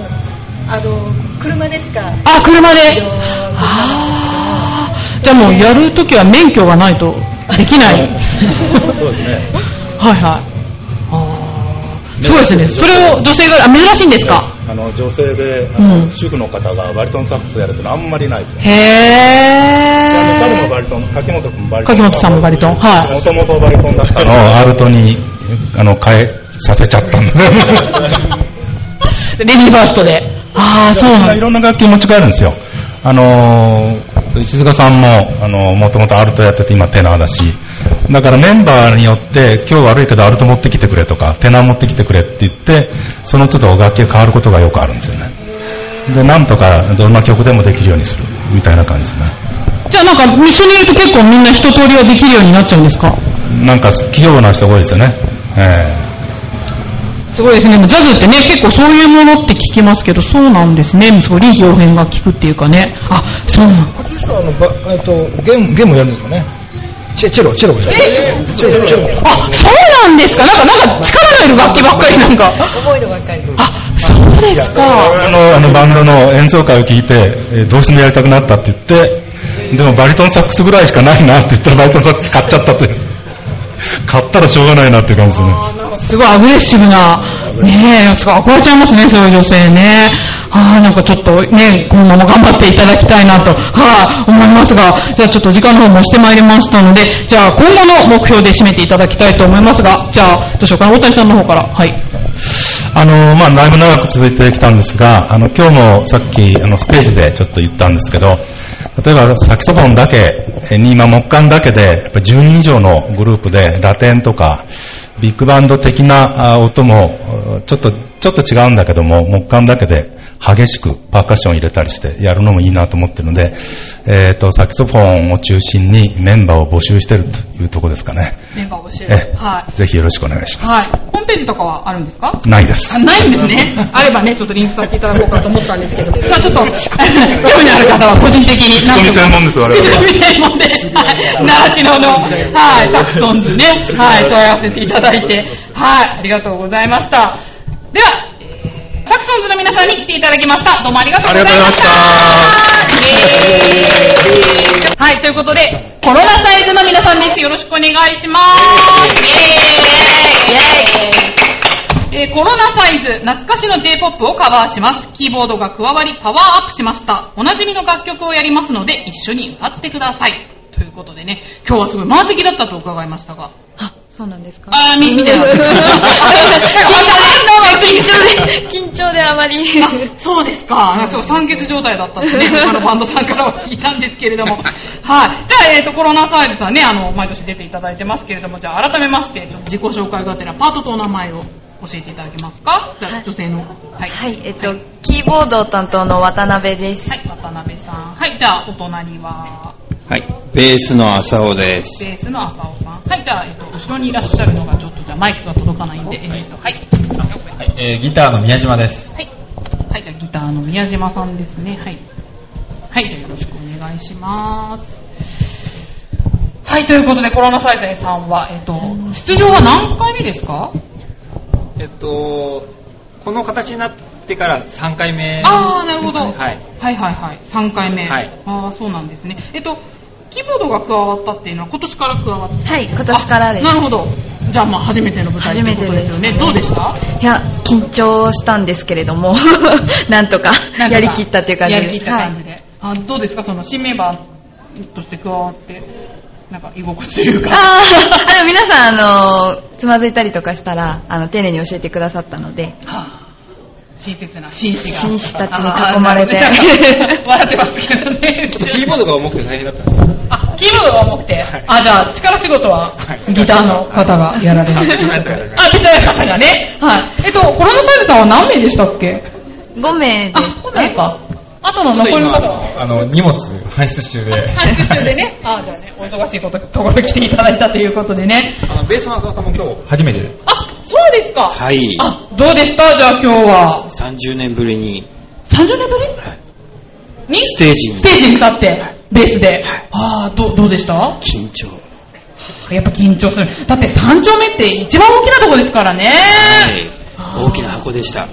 [SPEAKER 9] あの、車でしか、
[SPEAKER 1] あ、車で
[SPEAKER 9] 移動。は
[SPEAKER 1] ああ、じゃあもうやるときは免許がないとできない。
[SPEAKER 4] そうですね。
[SPEAKER 1] はいはい。ああ、すごいですね。それを女性が、あ、珍しいんですか
[SPEAKER 4] あの、女性で、あの
[SPEAKER 1] うん
[SPEAKER 4] 主婦の方がバリトンサックスやるってのはあんまりないですよ。
[SPEAKER 1] へ
[SPEAKER 4] であの彼も
[SPEAKER 1] え。
[SPEAKER 4] バリトン、柿本君バリトン。
[SPEAKER 1] 柿本さんもバリトン はい
[SPEAKER 4] もともとバリトンだったのをアルトに、あの、変えさせちゃったんです。
[SPEAKER 1] レディーファーストで。ああ、そうなんだ。
[SPEAKER 4] いろんな楽器持ち帰るんですよ。あのー石塚さんも、あのー、もともとアルトやってて今テナーだし、だからメンバーによって、今日悪いけどアルト持ってきてくれとか、テナー持ってきてくれって言って、その都度楽器が変わることがよくあるんですよね。で、なんとかどんな曲でもできるようにする、みたいな感じですね。
[SPEAKER 1] じゃあなんか一緒にいると結構みんな一通りはできるようになっちゃうんですか
[SPEAKER 4] なんか器用な人多いですよね。え
[SPEAKER 1] すごいですね。でもジャズってね、結構そういうものって聞きますけど、そうなんですね。すごい臨機応変が効くっていうかね。あ、そうなん。
[SPEAKER 5] こっちの人はあのば、えっと、ゲーム、ゲームをやるんですかね。チェチェロ、チェロをやる。チェロ、チェロ。
[SPEAKER 1] あ、そうなんですか。なんか、なんか力のいる楽器ばっかりなんか。
[SPEAKER 9] 重いのばっかり。
[SPEAKER 1] あ、そうですか。
[SPEAKER 4] あの、あのバンドの演奏会を聞いて、えーどうしてもやりたくなったって言って、でもバリトンサックスぐらいしかないなって言ったらバリトンサックス買っちゃったという。買ったらしょうがないなっていう感じですね。
[SPEAKER 1] すごいアグレッシブな、ねえ、すごい憧れちゃいますね、そういう女性ね。ああ、なんかちょっとね、今後も頑張っていただきたいなと、はい、思いますが、じゃあちょっと時間の方もしてまいりましたので、じゃあ今後の目標で締めていただきたいと思いますが、じゃあ、どうしようかな、大谷さんの方から。はい。
[SPEAKER 4] あの、まあ、だいぶ長く続いてきたんですが、あの、今日もさっき、あの、ステージでちょっと言ったんですけど、例えば、サキソフォンだけえに、まあ、木管だけで、やっぱ10人以上のグループで、ラテンとか、ビッグバンド的なあ音も、うちょっと、ちょっと違うんだけども、木管だけで、激しくパーカッションを入れたりしてやるのもいいなと思ってるので、えっ、と、サキソフォンを中心にメンバーを募集してるというところですかね。
[SPEAKER 1] メンバー募集。
[SPEAKER 4] え
[SPEAKER 1] はい。
[SPEAKER 4] ぜひよろしくお願いしま
[SPEAKER 1] はい。ホームページとかはあるんですか
[SPEAKER 4] す。ないです
[SPEAKER 1] あ。ないんですね。 あればね、ちょっとリンクさせていただこうかと思ったん ですけど。さあ、ちょっと、 興味のある方は個人的に
[SPEAKER 4] 仕込み
[SPEAKER 1] とか
[SPEAKER 4] 専門です我 々は
[SPEAKER 1] 仕込み専門で、はい。習志野の、はい、タクソンズね、はい、問い合わせていただいて、はい、ありがとうございました。では、えータクソンズの皆さんに来ていただきました。どうもありがとうございました。イエーイはい、ということで、コロナサイズの皆さんです。よろしくお願いします。イエーイイエーイえーコロナサイズ、懐かしの J-POP をカバーします。キーボードが加わりパワーアップしました。おなじみの楽曲をやりますので、一緒に歌ってください。ということでね、今日はすごい満席だったと伺いましたが。
[SPEAKER 9] あ、そうなんですか
[SPEAKER 1] あー、み、みたい な。緊張で、緊張 で。
[SPEAKER 9] 緊張であまり。
[SPEAKER 1] あそうですか。なんかすごい酸欠状態だったっ てね、他のバンドさんからは聞いたんですけれども。はい。じゃあ、えっ、と、コロナサイズさんね、あの、毎年出ていただいてますけれども、じゃあ、改めまして、ちょっと自己紹介がてら、パートとお名前を教えていただけますかじゃ
[SPEAKER 9] は
[SPEAKER 1] あ、
[SPEAKER 9] い
[SPEAKER 1] 女性の。は
[SPEAKER 9] はい、えっと、キーボード担当の渡辺です。
[SPEAKER 1] はい、渡辺さん。はい、じゃあ、お隣は、
[SPEAKER 10] はい。ベースの朝尾です。
[SPEAKER 1] ベースの浅尾さん。はい、じゃあ、えっと、後ろにいらっしゃるのが、ちょっと、じゃあ、マイクが届かないんで、えっと、はい。はい、
[SPEAKER 11] えーギターの宮島です。
[SPEAKER 1] はい。はい、じゃあ、ギターの宮島さんですね。はい。はい、じゃあ、よろしくお願いします。はい、ということで、コロナサイズさんは、えっと、出場は何回目ですか
[SPEAKER 11] えっと、この形になってから3回目、
[SPEAKER 1] ああ、なるほど。
[SPEAKER 11] ですかね
[SPEAKER 1] はいはいはい。3回目。
[SPEAKER 11] はい
[SPEAKER 1] ああ、そうなんですね。えっと、キーボードが加わったっていうのは今年から加わった
[SPEAKER 9] はい、今年からです。
[SPEAKER 1] あなるほど。じゃあまあ初めての舞台
[SPEAKER 9] 初めて
[SPEAKER 1] ということ
[SPEAKER 9] です
[SPEAKER 1] ですよね。どうでした
[SPEAKER 9] いや、緊張したんですけれども、 なんとか
[SPEAKER 1] なんとか
[SPEAKER 9] やりきったっていう感じ
[SPEAKER 1] や
[SPEAKER 9] です。
[SPEAKER 1] りきった感じで。あどうですかその新メンバーとして加わって、なんか居心地というか。
[SPEAKER 9] はい、あーあの、皆さん、あの、つまずいたりとかしたら、あの、丁寧に教えてくださったので、
[SPEAKER 1] はあ親切な紳士が。
[SPEAKER 9] 紳士たちに囲まれて
[SPEAKER 1] あーなるほど笑ってますけどね。
[SPEAKER 11] ちょっとキーボードが重くて大変だったん ですよ
[SPEAKER 1] あ、キーボードが重くて。
[SPEAKER 11] はい
[SPEAKER 1] あ、じゃあ、力仕事は
[SPEAKER 11] はい
[SPEAKER 1] ギターの方がやられる。
[SPEAKER 11] はい別のやつがやられる
[SPEAKER 1] あ、別の方がね。はい。えっと、コロナサイズさんは何名でしたっけ
[SPEAKER 9] 5名で
[SPEAKER 1] あ、5名か。あとの残りの方は。
[SPEAKER 11] あの、荷物搬出中で。
[SPEAKER 1] はい、復習でね。あ、じゃあね、お忙しいこと、ところ来ていただいたということでね。
[SPEAKER 11] あの、ベースの浅田さんも今日初めてで。
[SPEAKER 1] あ、そうですか。
[SPEAKER 10] はい。
[SPEAKER 1] あ、どうでしたじゃあ今日は。
[SPEAKER 10] 30年ぶりに、
[SPEAKER 1] 30年ぶりに
[SPEAKER 10] ステージに
[SPEAKER 1] ステージに立って、ベースで。ああ、どどうでした
[SPEAKER 10] 緊張。
[SPEAKER 1] やっぱ緊張する。だって3丁目って一番大きなとこですからね。
[SPEAKER 10] はい。大きな箱でした。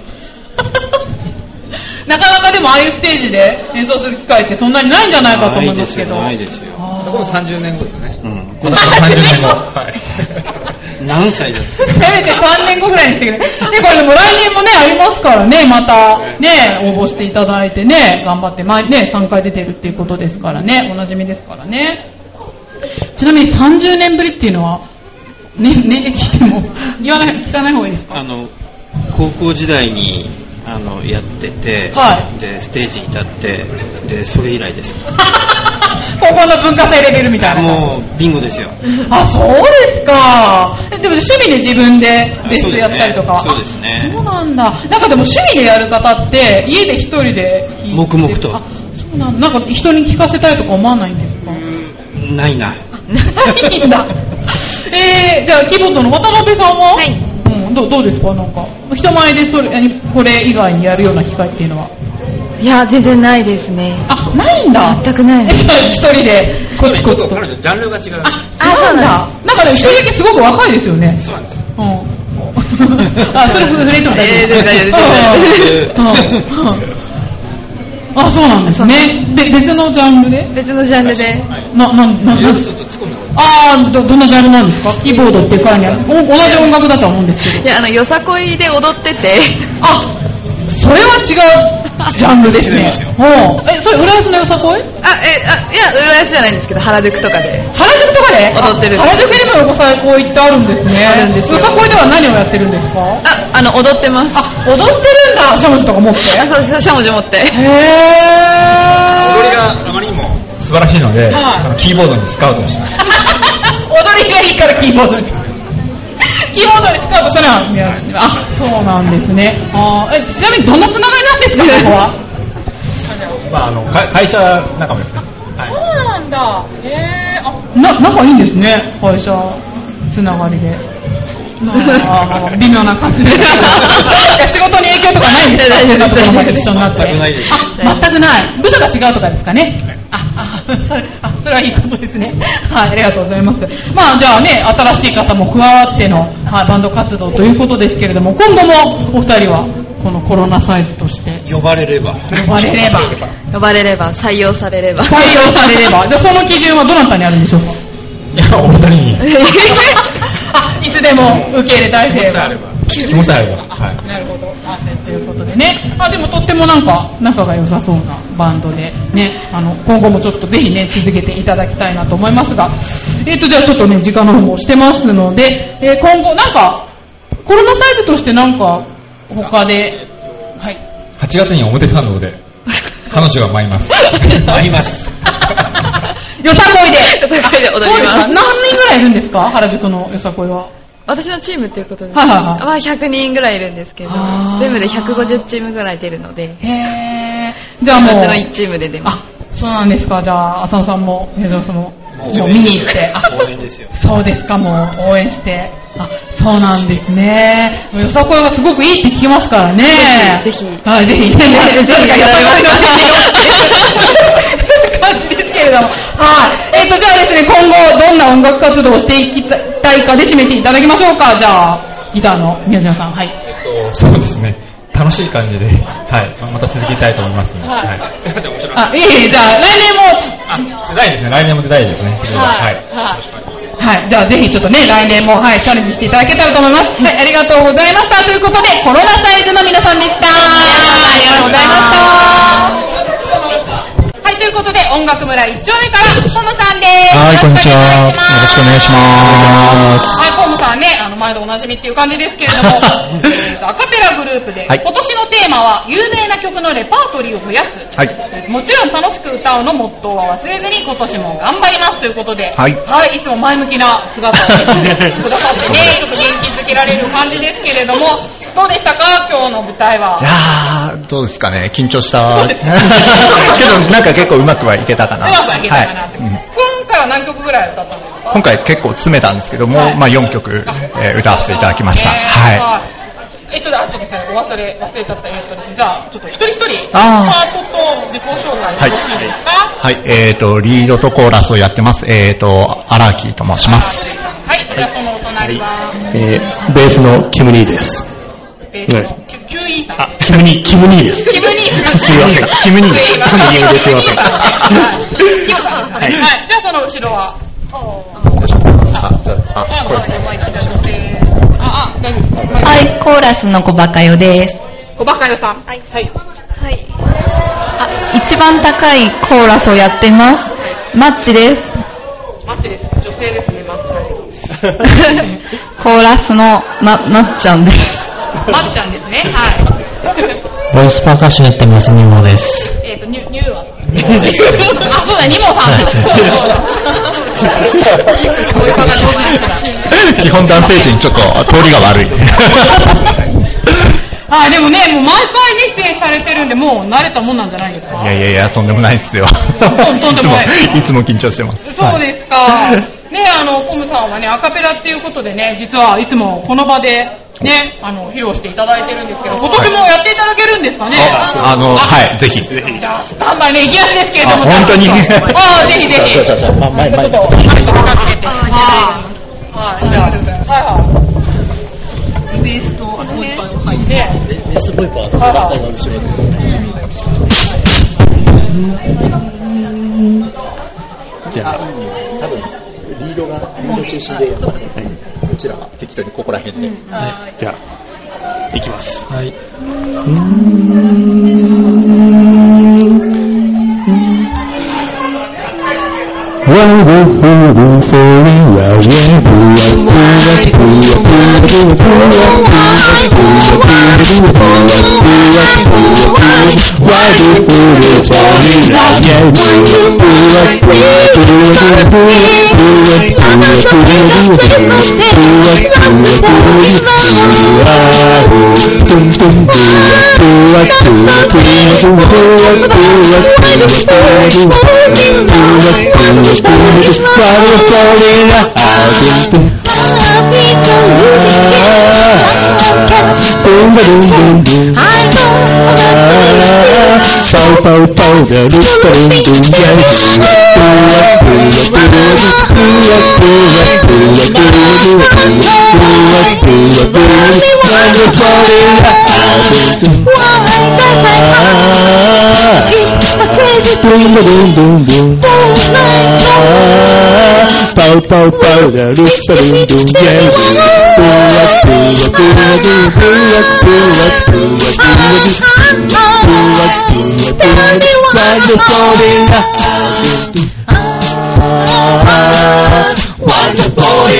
[SPEAKER 1] なかなかでもああいうステージで演奏する機会ってそんなにないんじゃないかと思うんですけど。
[SPEAKER 10] ないですよ。
[SPEAKER 1] あ
[SPEAKER 11] これ30年後ですね。
[SPEAKER 10] うん。
[SPEAKER 11] この後30年後。
[SPEAKER 10] 何歳だっ
[SPEAKER 1] せめて3年後ぐらいにしてくれ。で、これでも来年もね、ありますからね、また、ね、応募していただいてね、頑張って、まあね、3回出てるっていうことですからね、おなじみですからね。ちなみに30年ぶりっていうのは、ね、年齢聞いても、言わない、聞かない方がいいですか
[SPEAKER 10] あの高校時代にあのやってて、
[SPEAKER 1] は
[SPEAKER 10] でステージに立ってでそれ以来です
[SPEAKER 1] 高校の文化祭レベルみたいな感じ。
[SPEAKER 10] もうビンゴですよ
[SPEAKER 1] あ、そうですか。えでも趣味で自分でベースやったりとか。
[SPEAKER 10] そうです
[SPEAKER 1] あ
[SPEAKER 10] ね
[SPEAKER 1] そうなんだ。なんかでも趣味でやる方って、家で一人で弾いて
[SPEAKER 10] 黙々と
[SPEAKER 1] あ、そうなんだ。なんか人に聞かせたいとか思わないんですか
[SPEAKER 10] ないな
[SPEAKER 1] ないんだ。えー、じゃあ、キーボードの渡辺さんははい。うん、どうどうですかなんか、人前でそれ、えこれ以外にやるような機会っていうのは。
[SPEAKER 9] いや、全然ないですね。
[SPEAKER 1] あ、ないんだ。
[SPEAKER 9] 全くないです。
[SPEAKER 1] 一人で、コツコツと。
[SPEAKER 11] 彼女、ジャンルが違う。
[SPEAKER 1] そうなんだ。なんかでも一人だけすごく若いですよね。
[SPEAKER 11] そうなんです。
[SPEAKER 1] うん。あ、それ触れても大丈夫。
[SPEAKER 11] えー大丈夫大丈夫
[SPEAKER 1] うんうんうんあ、そうなんですね。で、別のジャンルで
[SPEAKER 9] 別のジャンルで。
[SPEAKER 1] な、な、な、な
[SPEAKER 11] よく、ちょっと突っ込んでもらっ
[SPEAKER 1] あー、ど、どんなジャンルなんですかキーボードっていう概念。お同じ音楽だとは思うんですけど
[SPEAKER 9] い。や、あの、よさこいで踊ってて、
[SPEAKER 1] あ、それは違うジャンルです
[SPEAKER 10] 違い
[SPEAKER 1] ね
[SPEAKER 10] ますよ。
[SPEAKER 1] うん。え、それ、浦安のよさこ
[SPEAKER 9] あ、
[SPEAKER 1] い
[SPEAKER 9] え、あ、いや、浦安じゃないんですけど、原宿とかで。
[SPEAKER 1] 原宿とかで
[SPEAKER 9] 踊ってる
[SPEAKER 1] あ原宿にもよさこいってあるんですね。
[SPEAKER 9] あるんですよ
[SPEAKER 1] よさこいでは何をやってるんですか
[SPEAKER 9] あ、あの、踊ってます。あ、
[SPEAKER 1] あ、踊ってるんだ、シャムシとか持って。
[SPEAKER 9] そうそう、しゃもじ持って。
[SPEAKER 1] へ
[SPEAKER 11] た踊りがあ
[SPEAKER 1] ー。
[SPEAKER 11] まりにも、
[SPEAKER 7] 素晴らしいので、
[SPEAKER 1] はい
[SPEAKER 7] あのキーボードにスカウトしました。
[SPEAKER 1] 踊りがいいからキーボードに。キーボードにスカウトしたら、あ、そうなんですね。あーえちなみにどんなつながりなんですか、ここは。
[SPEAKER 7] まあ、あの、か会社仲間ですね。
[SPEAKER 1] そうなんだ。へーあ、な、仲いいんですね、会社つながりで。あー微妙な感じで。いや仕事に影響とか ないんですか
[SPEAKER 9] 大丈夫です
[SPEAKER 1] 他のところまで一緒になって。
[SPEAKER 10] 全くないです
[SPEAKER 1] あ、全くない。部署が違うとかですかね。あ、あ、それ、あ、それはいいことですね。はい、ありがとうございます。まあ、じゃあね、新しい方も加わっての、はい、バンド活動ということですけれども、今後もお二人は、このコロナサイズとして
[SPEAKER 10] 呼ばれれば
[SPEAKER 1] 呼ばれれば、
[SPEAKER 9] 呼ばれれば、採用されれば。
[SPEAKER 1] 採用されれ ば、じゃあその基準はどなたにあるんでしょうか
[SPEAKER 7] いや、お二人に、
[SPEAKER 1] あいつでも受け入れ体制は。
[SPEAKER 7] 気持ちあれば。はい。
[SPEAKER 1] なるほど。あ、ということでね。あ、でもとってもなんか仲が良さそうなバンドで、ね、あの、今後もちょっとぜひね、続けていただきたいなと思いますが、えっ、と、じゃあちょっとね、時間の方もしてますので、えー今後、なんか、コロナサイズとしてなんか、他で、はい。
[SPEAKER 12] 8月に表参道で、彼女が舞います。
[SPEAKER 10] 会います
[SPEAKER 1] よさこいで。
[SPEAKER 9] よさこいで踊ります
[SPEAKER 1] そうですか何人ぐらいいるんですか原宿のよさこいは。
[SPEAKER 9] 私のチームっていうことで、
[SPEAKER 1] はいはいはい
[SPEAKER 9] まあ100人ぐらいいるんですけど
[SPEAKER 1] あー、
[SPEAKER 9] 全部で150チームぐらい出るので、
[SPEAKER 1] へー。じ
[SPEAKER 9] じ
[SPEAKER 1] ゃあもう。
[SPEAKER 9] うちの1チームで出ます。
[SPEAKER 1] あ、そうなんですか。じゃあ、浅野さんも、平沢さんも、もう見に行って。あ
[SPEAKER 10] 応援ですよ
[SPEAKER 1] そうですか、もう応援して。あ、そうなんですね。もうよさこいがすごくいいって聞きますからね。
[SPEAKER 9] ぜひぜひ
[SPEAKER 1] はい、ぜひ。ぜひ、
[SPEAKER 9] ぜひ
[SPEAKER 1] ぜひ、よさこいのぜひ感じですけれども。はい。えっ、と、じゃあですね、今後どんな音楽活動をしていきたいかで締めていただきましょうか。じゃあ、ギターの宮島さん。はい。
[SPEAKER 12] そうですね。楽しい感じで、はい。また続きたいと思いますので。
[SPEAKER 1] はい
[SPEAKER 12] はい。
[SPEAKER 11] すいません、面白い。
[SPEAKER 1] あ、いえいえ、じゃあ、来年も、
[SPEAKER 12] 出たいですね。来年も出たいですね。はい。
[SPEAKER 1] はい。はい。じゃあぜひちょっとね、来年も、はい、チャレンジしていただけたらと思います。はい、ありがとうございました。ということで、コロナサイズの皆さんでした。ありがとうございました。はい、ということで、音楽村一丁目から、トムさんです。
[SPEAKER 12] はいこんにちは
[SPEAKER 1] よろしくお願いします。はい、トムさんね、あの、前でおなじみっていう感じですけれ ども、えーとアカペラグループで、
[SPEAKER 12] はい
[SPEAKER 1] 今年のテーマは、有名な曲のレパートリーを増やす。
[SPEAKER 12] はい。
[SPEAKER 1] もちろん楽しく歌うのモットーは忘れずに今年も頑張りますということで、
[SPEAKER 12] はい
[SPEAKER 1] い、いつも前向きな姿を くださってね、ちょっと元気づけられる感じですけれども、どうでしたか今日の舞台は。
[SPEAKER 12] やー、どうですかね。緊張した。
[SPEAKER 1] そう
[SPEAKER 12] け
[SPEAKER 1] です
[SPEAKER 12] ど、なんか結構うまくはいけたか
[SPEAKER 1] う
[SPEAKER 12] な。
[SPEAKER 1] まくいけたかなって。
[SPEAKER 12] はいうん
[SPEAKER 1] 今回は何曲ぐらい歌ったんですか
[SPEAKER 12] 今回結構詰めたんですけども、
[SPEAKER 1] はい
[SPEAKER 12] まあ4曲、えー歌わせていただきました。
[SPEAKER 1] ね
[SPEAKER 12] はい。
[SPEAKER 1] えっと、あとごめんなさい、お忘れ、忘れちゃった。えっとですね、じゃあ、ちょっと一人一人、
[SPEAKER 13] あ
[SPEAKER 1] パートと自己紹介よろしいですか
[SPEAKER 13] はい、えっ、と、リードとコーラスをやってます。えっ、と、荒木と申します。
[SPEAKER 1] はい、じゃあそのお隣は、
[SPEAKER 14] えー、ベースのキムニーです。
[SPEAKER 1] えーと、キュキュウイーさん。
[SPEAKER 14] キムニー、キムニーです。
[SPEAKER 1] キムニー。
[SPEAKER 14] すいません、キムニーです。なんでキムニーですいません。
[SPEAKER 1] はいキムさん。はい、じゃあその後ろは、
[SPEAKER 14] あ、じゃあ、あ、これ。
[SPEAKER 1] あ、あ、大丈夫ですか
[SPEAKER 15] はい、コーラスの小バカよです。
[SPEAKER 1] 小バカよさん。はい。はい。
[SPEAKER 15] 一番高いコーラスをやってます。マッチです。
[SPEAKER 1] マッチです。女性ですね、マッチです。
[SPEAKER 15] コーラスのま、まっちゃんです。
[SPEAKER 1] マッちゃんですね、はい。
[SPEAKER 16] ボイスパーカッションやってます、ニモです。
[SPEAKER 1] えっと、ニュニューは あ、そうだ、ニモさんだ。そうそうだ。こういう場が上手ですから。
[SPEAKER 13] 基本男性陣ちょっと通りが悪い。
[SPEAKER 1] はい、でもね、もう毎回ね、出演されてるんで、もう慣れたもんなんじゃないですか。
[SPEAKER 13] いやいやいや、とんでもないですよ。
[SPEAKER 1] とんでもない
[SPEAKER 13] いつも、いつも緊張してます。
[SPEAKER 1] そうですか。 ね、あの、コムさんはね、アカペラっていうことでね、実はいつもこの場で、ね、あの、披露していただいてるんですけど、今年もやっていただけるんですかね。
[SPEAKER 13] あの、はい、ぜひ。
[SPEAKER 1] じゃあ、スタンバイね、いきなりですけれども。
[SPEAKER 13] あ本当に
[SPEAKER 1] ああ、ぜひぜひ。
[SPEAKER 13] じゃあじゃあじゃあ前前
[SPEAKER 1] ちょっと、マイクかけて。はい。はい、じゃあ、はいはい。ベースと、あそこいっぱい入って。
[SPEAKER 17] すごいパーじゃあ、多分リードが、リード中心で、はい、うちらは適当にここら辺で、はい、じゃあ、いきます。はい。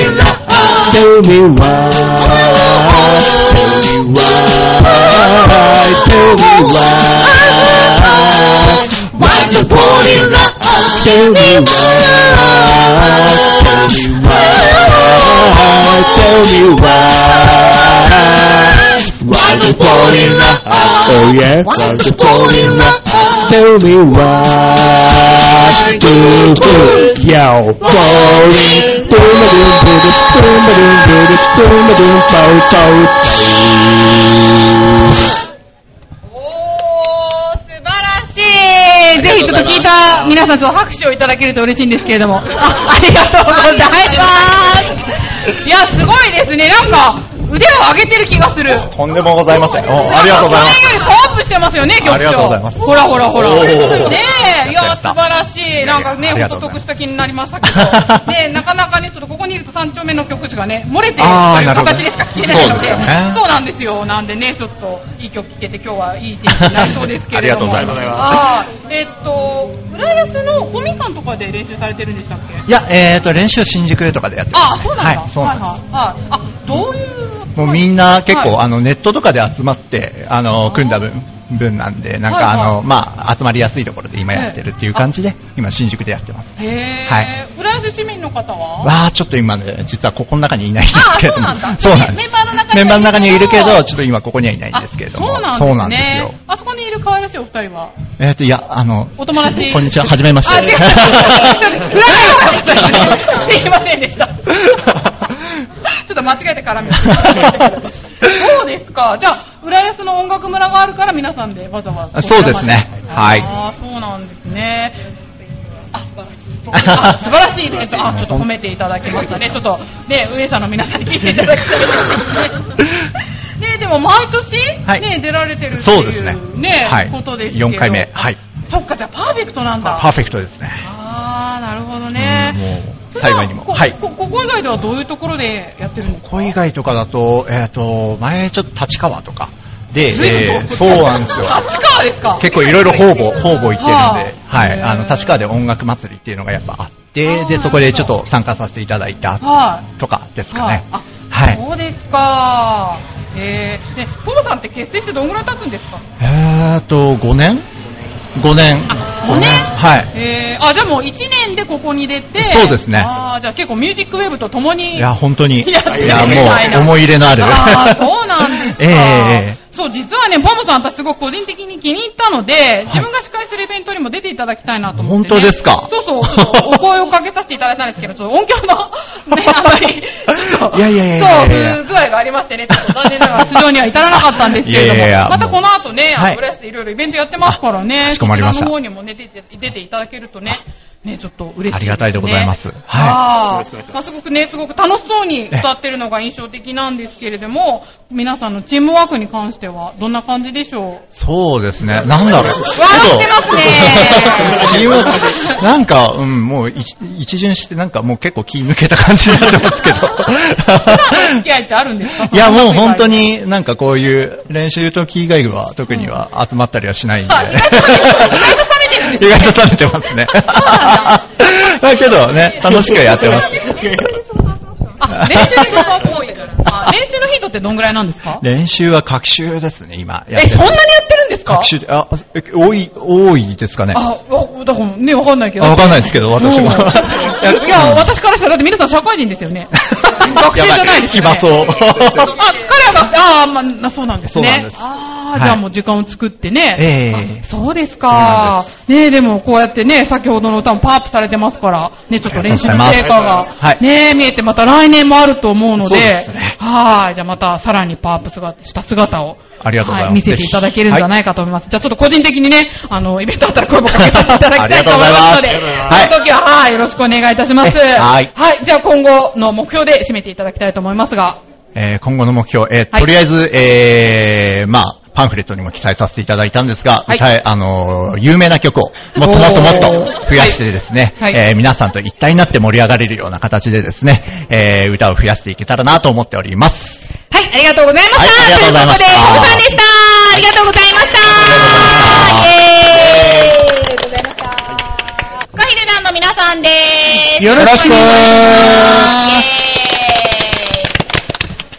[SPEAKER 17] Tell me why, tell me why, tell me why, why the born in love? Tell me why, tell me why, tell me why, why the born in love? Oh yeah, why the born in love? Tell me why, do good, yo, born in Thank
[SPEAKER 1] 素晴らしい。ぜひちょっと聞いた皆さん、ちょっと拍手をいただけると嬉しいんですけれども。あありがとうござい ます。いや、すごいですね。なんか、腕を上げてる気がする。
[SPEAKER 18] とんでもございません。おありがとうございます。
[SPEAKER 1] 去年よりパワーアップしてますよね、局長。
[SPEAKER 18] ありがとうございます
[SPEAKER 1] ほらほらほら。
[SPEAKER 18] お
[SPEAKER 1] ね
[SPEAKER 18] ー
[SPEAKER 1] え、いや、素晴らしい。なんかね
[SPEAKER 18] あり、がとう
[SPEAKER 1] ほんと
[SPEAKER 18] ご
[SPEAKER 1] 得した気になりま したけど。ねえ、なかなかね、ちょっとここにいると三丁目の曲しかね、漏れてると
[SPEAKER 13] あー
[SPEAKER 1] いう
[SPEAKER 13] なるほど
[SPEAKER 1] 形でしか聴けない
[SPEAKER 13] そ
[SPEAKER 1] ので
[SPEAKER 13] うですよね
[SPEAKER 1] そうなんですよ。なんでね、ちょっと、いい曲聴けて今日はいい一日になりそうですけれども。
[SPEAKER 13] ありがとうございます
[SPEAKER 1] はいえっと、浦安の公民館とかで練習されてるんでしたっけ
[SPEAKER 16] いや、えっ、と、練習新宿でとかでやってます。
[SPEAKER 1] あ、そうなんだ。
[SPEAKER 16] はい、そうなんです。
[SPEAKER 1] はいはいはいあ、どういう、
[SPEAKER 16] もうみんな結構、
[SPEAKER 1] はい
[SPEAKER 16] あのネットとかで集まってあの組んだ分分なんでなんか、
[SPEAKER 1] はいはい
[SPEAKER 16] あのまあ集まりやすいところで今やってるっていう感じで、今新宿でやってます。
[SPEAKER 1] へー、
[SPEAKER 16] はい
[SPEAKER 1] 浦安市民の方は
[SPEAKER 16] わあちょっと今ね実はここの中にいないんですけれども
[SPEAKER 1] あそ
[SPEAKER 16] そうう
[SPEAKER 1] な
[SPEAKER 16] なんん
[SPEAKER 1] だメ
[SPEAKER 16] で
[SPEAKER 1] ンバーの中に
[SPEAKER 16] すメンバーの中にいるけどちょっと今ここにはいないんですけれども
[SPEAKER 1] そうなんですね。
[SPEAKER 16] そうなんですよ
[SPEAKER 1] あそこにいる可愛らしいお二人は
[SPEAKER 16] えっ、といやあの
[SPEAKER 1] お友達
[SPEAKER 16] こんにちははじめまして
[SPEAKER 1] あ、違う。 占いの方ですね。すいませんでした。ちょっと間違えて絡みました。そうですか。か。じゃあ、浦安の音楽村があるから皆さんでわざわざ。
[SPEAKER 16] そうですね。はい。
[SPEAKER 1] ああ、そうなんですね。あ、素晴 らしい。そうあ素晴らしいです。あ、ちょっと褒めていただきましたね。ちょっと、ね、上社の皆さんに聞いていただき たいですね。ね、でも毎年、ね、出られてるってい う、
[SPEAKER 16] そうですね。
[SPEAKER 1] ね、
[SPEAKER 16] はい。
[SPEAKER 1] ことですけど。
[SPEAKER 16] 4回目。。はい。
[SPEAKER 1] そっか、じゃあパーフェクトなんだ。
[SPEAKER 16] パーフェクトですね。
[SPEAKER 1] ああ、なるほどね。
[SPEAKER 16] もう、幸いにも。
[SPEAKER 1] こ
[SPEAKER 16] はい。
[SPEAKER 1] こここ以外ではどういうところでやってるんですか
[SPEAKER 16] ここ以外とかだと、えっ、と、前ちょっと立川とか。で、
[SPEAKER 1] 随分
[SPEAKER 16] えーそうなんですよ。
[SPEAKER 1] 立川ですか
[SPEAKER 16] 結構いろいろ方々、方々行ってるんで、
[SPEAKER 1] は
[SPEAKER 16] はい。あの、立川で音楽祭りっていうのがやっぱあって、で、そこでちょっと参加させていただいた
[SPEAKER 1] はい。
[SPEAKER 16] とかですかね。
[SPEAKER 1] あ、
[SPEAKER 16] はい
[SPEAKER 1] そうですか。えー、ね、ポポさんって結成してどんぐらい経つんですか
[SPEAKER 16] えっと、5年 ?5 年。
[SPEAKER 1] 五年
[SPEAKER 16] はい。
[SPEAKER 1] えー、あ、じゃあもう1年でここに出て。
[SPEAKER 16] そうですね
[SPEAKER 1] あーじゃあ結構ミュージックウェーブと共に。
[SPEAKER 16] いや、本当に。い
[SPEAKER 1] やってる
[SPEAKER 16] や、
[SPEAKER 1] みたい
[SPEAKER 16] も
[SPEAKER 1] な
[SPEAKER 16] う、思い入れのある。
[SPEAKER 1] あーそうなんです か
[SPEAKER 16] ええええ
[SPEAKER 1] そう、実はね、ポポさん私すごく個人的に気に入ったので、自分が司会するイベントにも出ていただきたいなと思って、ね。
[SPEAKER 16] 本当ですか
[SPEAKER 1] そうそう、ちょっとお声をかけさせていただいたんですけど、ちょっと音 響の、ね、あまり、
[SPEAKER 16] いやいやいやい
[SPEAKER 1] そう、
[SPEAKER 16] や
[SPEAKER 1] 不
[SPEAKER 16] いやいや。
[SPEAKER 1] 具合がありましてね、ちょっと残念ながら出場には至らなかっ たんですけれども、
[SPEAKER 16] いやいやいや
[SPEAKER 1] またこの後ね、
[SPEAKER 16] はい
[SPEAKER 1] あのブレスでいろいろイベントやってますからね、
[SPEAKER 16] かしこまりました
[SPEAKER 1] そちらの方にもね、出て出ていただけるとね、ね、ちょっと嬉しい、
[SPEAKER 16] ありがたいでございます。
[SPEAKER 1] あー
[SPEAKER 16] はい。
[SPEAKER 1] まあ、すごくね、すごく楽しそうに歌ってるのが印象的なんですけれども、皆さんのチームワークに関しては、どんな感じでしょう
[SPEAKER 16] そうですね。なんだろう。ちょ
[SPEAKER 1] 笑ってま す
[SPEAKER 16] っと
[SPEAKER 1] ね
[SPEAKER 16] 気を なんか、うん、もう一一巡して、なんかもう結構気抜けた感じになってます けど。
[SPEAKER 1] 普段の付き合いってあるんですか
[SPEAKER 16] いや、もう本当。になんかこういう練習時以外は特には集まったりはしないんで。意外と冷めてますね。だけどね、楽しくやって ます。
[SPEAKER 1] あ、 練習の人は多いから。あ練習の頻度ってどんぐらいなんですか
[SPEAKER 16] 練習は各週ですね、今。
[SPEAKER 1] え、そんなにやってるんですか
[SPEAKER 16] 各週で、あ、え多い、多いですかね。
[SPEAKER 1] あ、わだからね、わかんないけど。
[SPEAKER 16] あわかんないですけど、私 も。
[SPEAKER 1] そういや、私からしたら、だって皆さん社会人で すよね。学生じゃないですよね。
[SPEAKER 16] やばい暇そう。
[SPEAKER 1] あ、彼は学生、あーまあ、なそうなんですね。
[SPEAKER 16] そうなんです
[SPEAKER 1] あ
[SPEAKER 16] は
[SPEAKER 1] あ、
[SPEAKER 16] い
[SPEAKER 1] じゃあもう時間を作ってね。
[SPEAKER 16] ええ
[SPEAKER 1] そうですか。ねえ、でもこうやってね、先ほどの歌もパープされてますから、ね、ちょっと練習の成果が、ねえ、見えてまた来年もあると思うの
[SPEAKER 16] そ
[SPEAKER 1] で、
[SPEAKER 16] うですね
[SPEAKER 1] はい。じゃあまたさらにパープすがした姿を、
[SPEAKER 16] ありがとうございます。
[SPEAKER 1] はい、見せていただけるんじゃないかと思います。じゃあちょっと個人的にね、あの、イベントあったら声もかけさせていただきたいと思いますので、
[SPEAKER 16] ありがとうございます
[SPEAKER 1] その時は、はい、よろしくお願いいたします。
[SPEAKER 16] えはい
[SPEAKER 1] はい、じゃあ今後の目標で締めていただきたいと思いますが、
[SPEAKER 16] えー今後の目標、えーとりあえず、えーまあ、パンフレットにも記載させていただいたんですが、
[SPEAKER 1] はい
[SPEAKER 16] 歌えあのー有名な曲を、もっともっともっと増やしてですね、
[SPEAKER 1] はい
[SPEAKER 16] えー皆さんと一体になって盛り上がれるような形でですね、えー歌を増やしていけたらなと思っております。
[SPEAKER 19] はい、ありがとうございました。
[SPEAKER 16] ありがとうございました。
[SPEAKER 19] ということで、コブさんでした。ありがとうございました。イェーイ。カヒル団の皆さんです。
[SPEAKER 17] よろしく
[SPEAKER 19] お願いします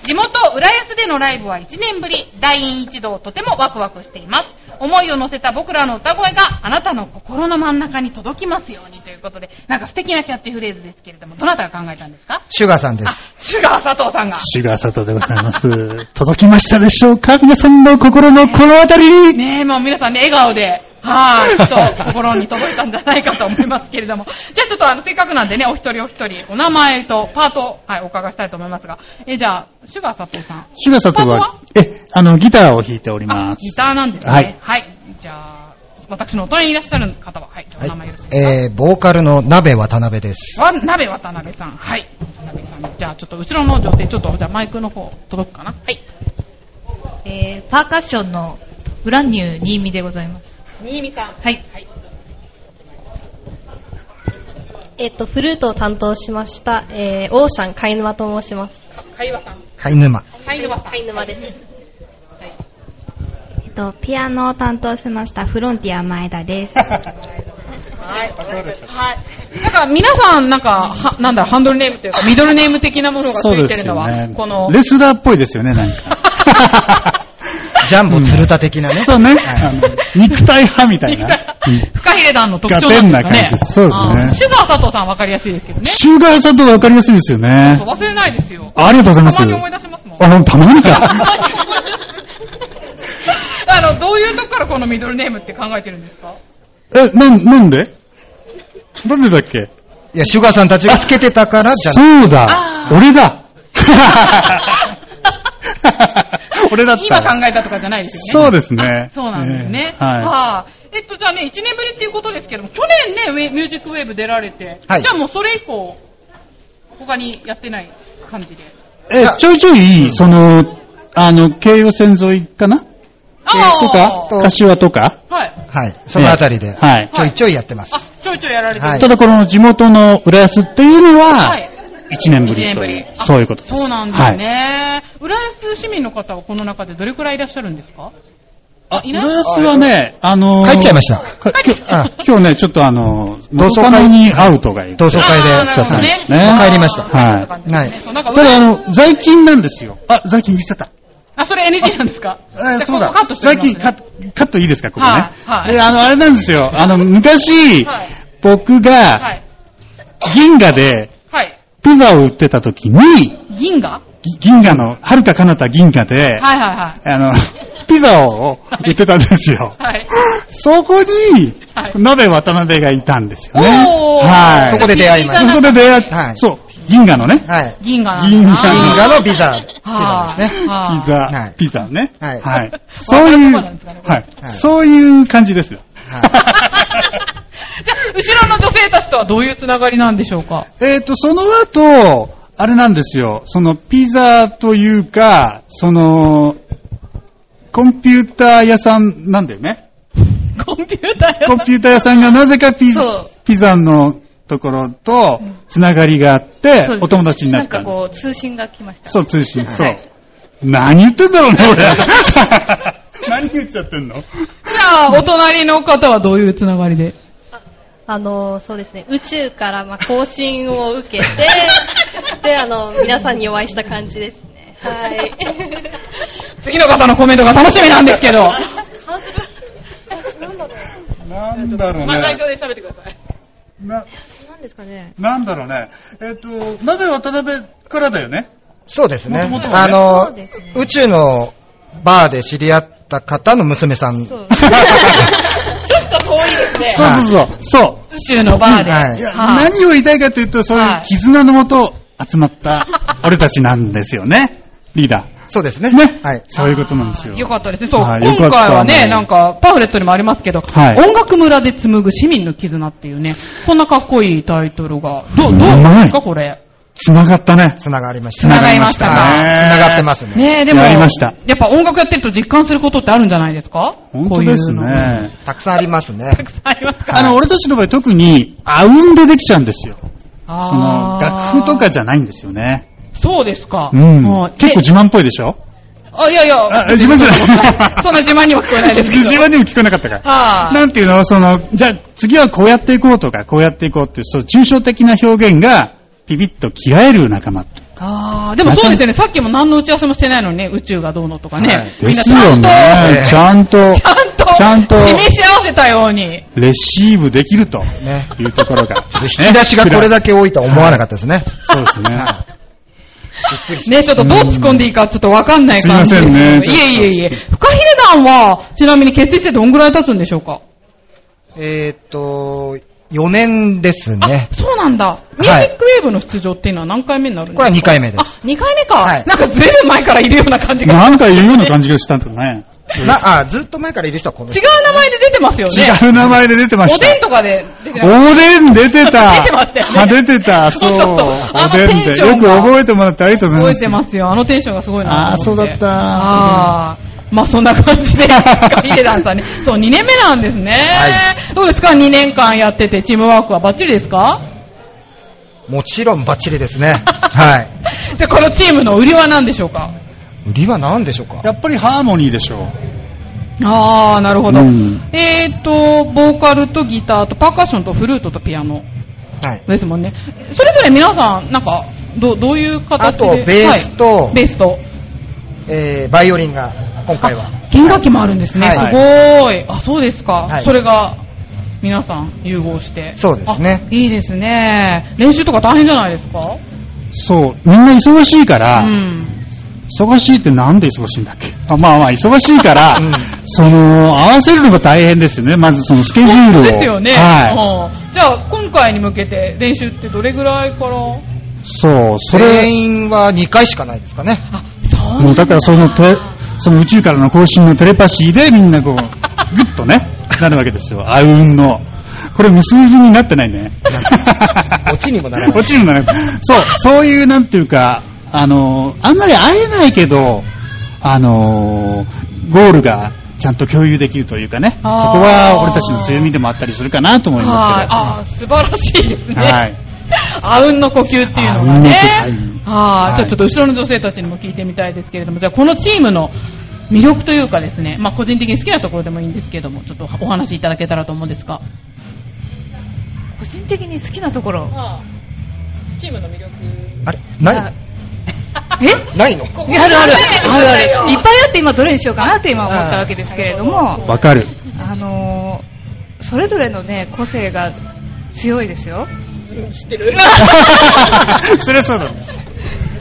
[SPEAKER 1] 地元浦安でのライブは1年ぶり、大院一同とてもワクワクしています。思いを乗せた僕らの歌声があなたの心の真ん中に届きますようにということで、なんか素敵なキャッチフレーズですけれども、どなたが考えたんですか
[SPEAKER 20] シュガーさんです。
[SPEAKER 1] シュガー佐藤さんが。
[SPEAKER 20] シュガー佐藤でございます。 届きましたでしょうか皆さんの心のこのあたりに。
[SPEAKER 1] ねえ、もう皆さんね、笑顔で、はい、きっと心に届いたんじゃないかと思いますけれども。 じゃあちょっとあの、せっかくなんでね、お一人お一人、お名前とパート、はい、お伺いしたいと思いますが、え、じゃあ、シュガー佐藤さん。
[SPEAKER 20] シュガー佐藤は、え、あの、ギターを弾いておりま
[SPEAKER 1] ギ
[SPEAKER 20] す。
[SPEAKER 1] ターなんですね。
[SPEAKER 20] はい
[SPEAKER 1] はい。じゃあ、私のお隣にいらっしゃる方は、はい、じゃあお名前よろしく。
[SPEAKER 20] えー、ボーカルの鍋渡辺です。
[SPEAKER 1] わ、鍋渡辺さん。はい。鍋さん。じゃあ、ちょっと後ろの女性、ちょっと、じゃあマイクの方、届くかなはい。
[SPEAKER 21] えー、パーカッションのブランニュー新見でございます。
[SPEAKER 1] 新見さん。
[SPEAKER 21] はい。
[SPEAKER 22] えっと、フルートを担当しました、えー、オーシャン貝沼と申します。
[SPEAKER 1] 貝和さん。
[SPEAKER 20] 貝沼。
[SPEAKER 1] 貝沼さん。貝
[SPEAKER 22] 沼です。
[SPEAKER 23] えっと、ピアノを担当しました、フロンティア前田 です。
[SPEAKER 1] はい。はい。なんか、皆さん、なんか、は、なんだろう、ハンドルネームというか、ミドルネーム的なものがつ
[SPEAKER 20] そう
[SPEAKER 1] い
[SPEAKER 20] で
[SPEAKER 1] てる
[SPEAKER 20] す
[SPEAKER 1] の
[SPEAKER 20] よ
[SPEAKER 1] は、
[SPEAKER 20] ね。
[SPEAKER 1] この、
[SPEAKER 20] レスラーっぽいですよね、なんか。 ジャンボ鶴田的なね。そうね。あの肉体派みたいな。
[SPEAKER 1] フカヒレ団の特徴なんですかね
[SPEAKER 20] ガテンな感じですそうですね
[SPEAKER 1] あーシュガー佐藤さんわかりやすいですけどね。
[SPEAKER 20] シュガー佐藤わかりやすいですよね。
[SPEAKER 1] 忘れないですよ。
[SPEAKER 20] ありがとうございます
[SPEAKER 1] たまに思い出しますもん。
[SPEAKER 20] あのた まにか
[SPEAKER 1] あの、どういうとこからこのミドルネームって考えてるんですか
[SPEAKER 20] え、なん、なんでなんでだっけいや、シュガーさんたちがつけてた からじゃそうだ。俺だ。
[SPEAKER 1] これだった今考えたとかじゃないですよね。
[SPEAKER 20] そうですね。
[SPEAKER 1] そうなんですね。
[SPEAKER 20] えーはい
[SPEAKER 1] い。えっと、じゃあね、1年ぶりっていうことですけども、去年ね、ウェミュージックウェーブ出られて、
[SPEAKER 20] はい
[SPEAKER 1] じゃあもうそれ以降、他にやってない感じで。
[SPEAKER 20] え、ちょいちょい、その、あの、京葉線沿いかな
[SPEAKER 1] あ
[SPEAKER 20] とか、柏とか、
[SPEAKER 1] はい。
[SPEAKER 6] はい。そのあたりで、
[SPEAKER 20] はい
[SPEAKER 6] ちょいちょいやってます。
[SPEAKER 1] ちょいちょいやられてる。
[SPEAKER 20] ただこの地元の浦安っていうのは、
[SPEAKER 1] い
[SPEAKER 20] 1年ぶ
[SPEAKER 1] 一
[SPEAKER 20] り
[SPEAKER 1] 年
[SPEAKER 20] と
[SPEAKER 1] ぶ
[SPEAKER 20] い
[SPEAKER 1] り
[SPEAKER 20] う、そういうことです。
[SPEAKER 1] そうなんですね。浦安市民の方はこの中でどれくらいいらっしゃるんですかあ、い
[SPEAKER 20] 浦
[SPEAKER 1] ない
[SPEAKER 20] 安はね、あの
[SPEAKER 6] 帰っちゃいました
[SPEAKER 20] か今日あ今日ね、ちょっとあの、
[SPEAKER 6] 同窓会
[SPEAKER 20] 元カノに会うとか言って
[SPEAKER 6] 同窓会であーなるほどねもう帰りました
[SPEAKER 20] はい。
[SPEAKER 6] はい。
[SPEAKER 20] ただあの、在勤なんですよ。あ、在勤言っちゃった。
[SPEAKER 1] あ、それ NG なんですか
[SPEAKER 20] えーそうだ
[SPEAKER 1] ここカット。して
[SPEAKER 20] 在
[SPEAKER 1] みます
[SPEAKER 20] 勤カッカットいいですか、ここね。
[SPEAKER 1] はいはい
[SPEAKER 20] で、あの、あれなんですよ。あの、昔、
[SPEAKER 1] はい
[SPEAKER 20] 僕
[SPEAKER 1] は
[SPEAKER 20] が、
[SPEAKER 1] い。
[SPEAKER 20] 銀河で、
[SPEAKER 1] はい。
[SPEAKER 20] ピザを売ってた時に、
[SPEAKER 1] 銀河は
[SPEAKER 20] ぎ銀河の、遥か彼方銀河
[SPEAKER 1] い
[SPEAKER 20] で、
[SPEAKER 1] はいはい。
[SPEAKER 20] あの、 ピザを売ってたんですよ。
[SPEAKER 1] はい。
[SPEAKER 20] そこに、鍋渡辺がいたんですよね。
[SPEAKER 1] おー
[SPEAKER 20] はい。
[SPEAKER 6] そこで出会いました
[SPEAKER 20] そこで出会って、そう、銀河のね。
[SPEAKER 6] はい。
[SPEAKER 1] 銀河
[SPEAKER 20] 銀河
[SPEAKER 6] 銀河のビザ。
[SPEAKER 1] は
[SPEAKER 6] ですね。
[SPEAKER 20] ピザ、ピザね。はい。 そう
[SPEAKER 1] そう
[SPEAKER 20] いう、
[SPEAKER 1] なんですかね。
[SPEAKER 20] はい。そういう感じですよ。
[SPEAKER 1] じゃあ、後ろの女性たちとはどういうつながりなんでしょうか
[SPEAKER 20] えっ、と、その後、あれなんですよ。その、ピザというか、その、コンピューター屋さんなんだよね。
[SPEAKER 1] コンピューター
[SPEAKER 20] コンピューター屋さんがなぜかピピザのところとつながりがあって
[SPEAKER 19] そうで、す
[SPEAKER 20] お友達にな
[SPEAKER 19] な
[SPEAKER 20] っ
[SPEAKER 19] ん
[SPEAKER 20] た
[SPEAKER 19] か
[SPEAKER 20] の。
[SPEAKER 19] こう、通信が来ました。
[SPEAKER 20] そう、通信、そ
[SPEAKER 19] は
[SPEAKER 20] う。何 言ってんだろうね、俺。 何言っちゃってんの
[SPEAKER 1] じゃあ、お隣の方はどういうつながりで
[SPEAKER 22] あの、そうですね、宇宙からまあ更新を受け て、で、あの、皆さんにお会いした感じですね。はい。
[SPEAKER 1] 次の方のコメントが楽しみなんですけ ど。
[SPEAKER 20] なんだろう
[SPEAKER 1] まあ、代
[SPEAKER 20] ね。
[SPEAKER 1] 表で喋ってください。
[SPEAKER 20] な、
[SPEAKER 1] なんですかね。
[SPEAKER 20] なんだろうね。えっ、と、鍋渡辺からだよね。
[SPEAKER 6] そうですね。
[SPEAKER 20] 元々は
[SPEAKER 6] あ
[SPEAKER 20] ね
[SPEAKER 6] の、宇宙のバーで知り合った方の娘さん。そう
[SPEAKER 1] ちょっと遠いですね。
[SPEAKER 20] そうそうそう。そう。
[SPEAKER 1] 宇宙のバーで
[SPEAKER 20] はいいや
[SPEAKER 1] はい
[SPEAKER 20] 何を言いたいかというと、そういう絆のもと集まった俺たちなんですよね。リーダー。
[SPEAKER 6] そうですね。
[SPEAKER 20] ね。はい。そういうことなんですよ。
[SPEAKER 1] よかったですね。そう、
[SPEAKER 20] はい
[SPEAKER 1] 今回は
[SPEAKER 20] よか
[SPEAKER 1] ね、
[SPEAKER 20] った
[SPEAKER 1] なんか、パンフレットにもありますけど、
[SPEAKER 20] はい
[SPEAKER 1] 音楽村で紡ぐ市民の絆っていうね、こんなかっこいいタイトルが、ど、どう
[SPEAKER 20] うまい
[SPEAKER 1] ですか、これ。
[SPEAKER 20] 繋がったね。
[SPEAKER 6] 繋がりました。
[SPEAKER 1] 繋がりましたか
[SPEAKER 6] 繋がってますね。
[SPEAKER 1] ねえ、でも、
[SPEAKER 20] やりました
[SPEAKER 1] やっぱ音楽やってると実感することってあるんじゃないですか
[SPEAKER 20] 本当ですね。
[SPEAKER 6] たくさんありますね。
[SPEAKER 20] あの、俺たちの場合特に、あうんでできちゃうんですよ。その、
[SPEAKER 1] あ
[SPEAKER 20] 楽譜とかじゃないんですよね。
[SPEAKER 1] ーそうですか。
[SPEAKER 20] うん
[SPEAKER 1] はい。
[SPEAKER 20] 結構自慢っぽいでしょ
[SPEAKER 1] あ、いやいや。
[SPEAKER 20] あ、自慢じゃない。
[SPEAKER 1] そんな自慢にも聞こえないです けど。
[SPEAKER 20] 自慢にも聞こえなかったから。
[SPEAKER 1] は
[SPEAKER 20] なんていうのその、じゃあ次はこうやっていこうとか、こうやっていこうっていう、そう、抽象的な表現が、ピピッと着替える仲間って。
[SPEAKER 1] あーでもそうですよね。さっきも何の打ち合わせもしてないのにね、宇宙がどうのとかね。みんなちゃんと、
[SPEAKER 20] ね。ちゃんと、
[SPEAKER 1] ちゃんと、
[SPEAKER 20] ちゃんと
[SPEAKER 1] 示し合わせたように。
[SPEAKER 20] レシーブできると。いうところが。引
[SPEAKER 6] 引き出しがこれだけ多いとは思わなかったですね。
[SPEAKER 20] そうですね。
[SPEAKER 1] ね、ちょっとどう突っ込んでいいかちょっとわかんない感じです
[SPEAKER 6] すいませんね
[SPEAKER 1] いえいえいえ。フカヒレ団は、ちなみに結成してどんぐらい経つんでしょうか
[SPEAKER 6] えーっと、4年ですね。
[SPEAKER 1] そうなんだ。ミュージックウェーブの出場っていうのは何回目になるんです
[SPEAKER 6] こ
[SPEAKER 1] か
[SPEAKER 6] れは2回目です。
[SPEAKER 1] 2回目か。なんかずいぶん前からいるような感じが。
[SPEAKER 20] なんかいるような感じがしたんだね。
[SPEAKER 6] な、あ、ずっと前からいる人はこの
[SPEAKER 1] 違う名前で出てますよね。
[SPEAKER 20] 違う名前で出てました
[SPEAKER 1] おでんとかで出てな
[SPEAKER 20] お
[SPEAKER 1] かった
[SPEAKER 20] でん出てた
[SPEAKER 1] 出てましたよね
[SPEAKER 20] あ、出てた、そう。
[SPEAKER 1] そうそうあ
[SPEAKER 20] お
[SPEAKER 1] の
[SPEAKER 20] でん
[SPEAKER 1] テン
[SPEAKER 20] で。
[SPEAKER 1] ションが
[SPEAKER 20] よく覚えてもらってありがとうござい
[SPEAKER 1] 覚
[SPEAKER 20] ま
[SPEAKER 1] え
[SPEAKER 20] す。
[SPEAKER 1] てますよ。あのテンションがすごいな
[SPEAKER 20] あーそうだった
[SPEAKER 1] ああ。まあそんな感 じで、ヒデダンさんね。そう、2年目なんですね。どうですか ?2 年間やっててチームワークはバッチリですか
[SPEAKER 6] もちろんバッチリで すね。はい。
[SPEAKER 1] じゃあこのチームの売りは何でしょうか
[SPEAKER 6] 売りは何でしょうか
[SPEAKER 20] やっぱりハーモニーでしょう。
[SPEAKER 1] ああ、なるほど。
[SPEAKER 20] うん
[SPEAKER 1] えっ、ー、と、ボーカルとギターとパーカッションとフルートとピアノ
[SPEAKER 6] はい。
[SPEAKER 1] ですもんね。それぞれ皆さん、なんか、どうどういう
[SPEAKER 6] あ
[SPEAKER 1] 形で
[SPEAKER 6] と、ベースと、
[SPEAKER 1] はいベースと、
[SPEAKER 6] えー、バイオリンが、今回 は。
[SPEAKER 1] 弦楽器もあるんですね。
[SPEAKER 6] はい
[SPEAKER 1] すごーい。あ、そうですか。
[SPEAKER 6] はい
[SPEAKER 1] それが、皆さん融合して。
[SPEAKER 6] そうですね。
[SPEAKER 1] いいですね。練習とか大変じゃないですか
[SPEAKER 20] そう。みんな忙しいから、
[SPEAKER 1] うん。
[SPEAKER 20] 忙しいってなんで忙しいんだっけあまあまあ、忙しい から、その、合わせるのが大変ですよね。まずそのスケジュールを。
[SPEAKER 1] ですよね。
[SPEAKER 20] はい。
[SPEAKER 1] うんじゃあ、今回に向けて練習ってどれぐらいから
[SPEAKER 20] そう、それ、
[SPEAKER 6] 全員は2回しかないですかね。
[SPEAKER 1] そ
[SPEAKER 20] もうだからその、て
[SPEAKER 3] その宇宙からの更新のテレパシーでみんなこう、ぐっとね、なるわけですよ。あうんの。これ無数になってないね。
[SPEAKER 6] 落ちにもならない。
[SPEAKER 3] 落ちるんだね。 そう、そういう、なんていうか、あの、あんまり会えないけど、あの、ゴールがちゃんと共有できるというかね、そこ
[SPEAKER 1] あー
[SPEAKER 3] は俺たちの強みでもあったりするかなと思い
[SPEAKER 1] はい。
[SPEAKER 3] ま
[SPEAKER 1] あー、素晴らしいです
[SPEAKER 3] すけ
[SPEAKER 1] ね。
[SPEAKER 3] ど。はい。
[SPEAKER 1] あうんの呼吸っていうの
[SPEAKER 3] あ
[SPEAKER 1] が
[SPEAKER 3] うんの
[SPEAKER 1] ねは
[SPEAKER 3] 呼吸。
[SPEAKER 1] い。じゃあちょっと後ろの女性たちにも聞いてみたいですけれども、じゃあこのチームの魅力というかですね、まあ個人的に好きなところでもいいんですけれども、ちょっとお話しいただけたらと思うんですが。
[SPEAKER 21] 個人的に好きなところ。
[SPEAKER 1] チームの魅力。
[SPEAKER 6] あれないえないの
[SPEAKER 1] ここにあるある
[SPEAKER 21] あるある。いっぱいあって今どれにしようかなって今思ったわけですけれども、
[SPEAKER 3] わかる。
[SPEAKER 21] あのー、それぞれのね、個性が強いですよ。
[SPEAKER 1] 知ってる
[SPEAKER 3] それはそうだね。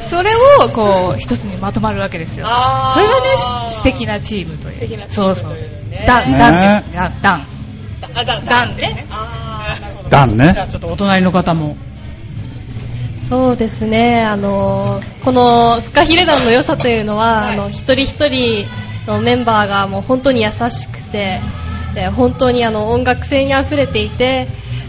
[SPEAKER 21] それをこう、一つにまとまるわけですよ。
[SPEAKER 1] あー
[SPEAKER 21] それがね、し素敵なチームという。
[SPEAKER 1] 素敵なチー
[SPEAKER 21] そ
[SPEAKER 1] ム
[SPEAKER 21] う
[SPEAKER 1] と
[SPEAKER 21] そう。
[SPEAKER 1] ね
[SPEAKER 21] ダン、
[SPEAKER 1] ね
[SPEAKER 21] ダンですダン、ダン。
[SPEAKER 1] あ、ダン、ダンね。あーなるほど
[SPEAKER 3] ダンね
[SPEAKER 1] じゃあちょっとお隣の方も。
[SPEAKER 22] そうですね、あのこのフカヒレ団の良さというのは、あの一人一人のメンバーがもう本当に優しくて、で本当にあの音楽性にあふれていて、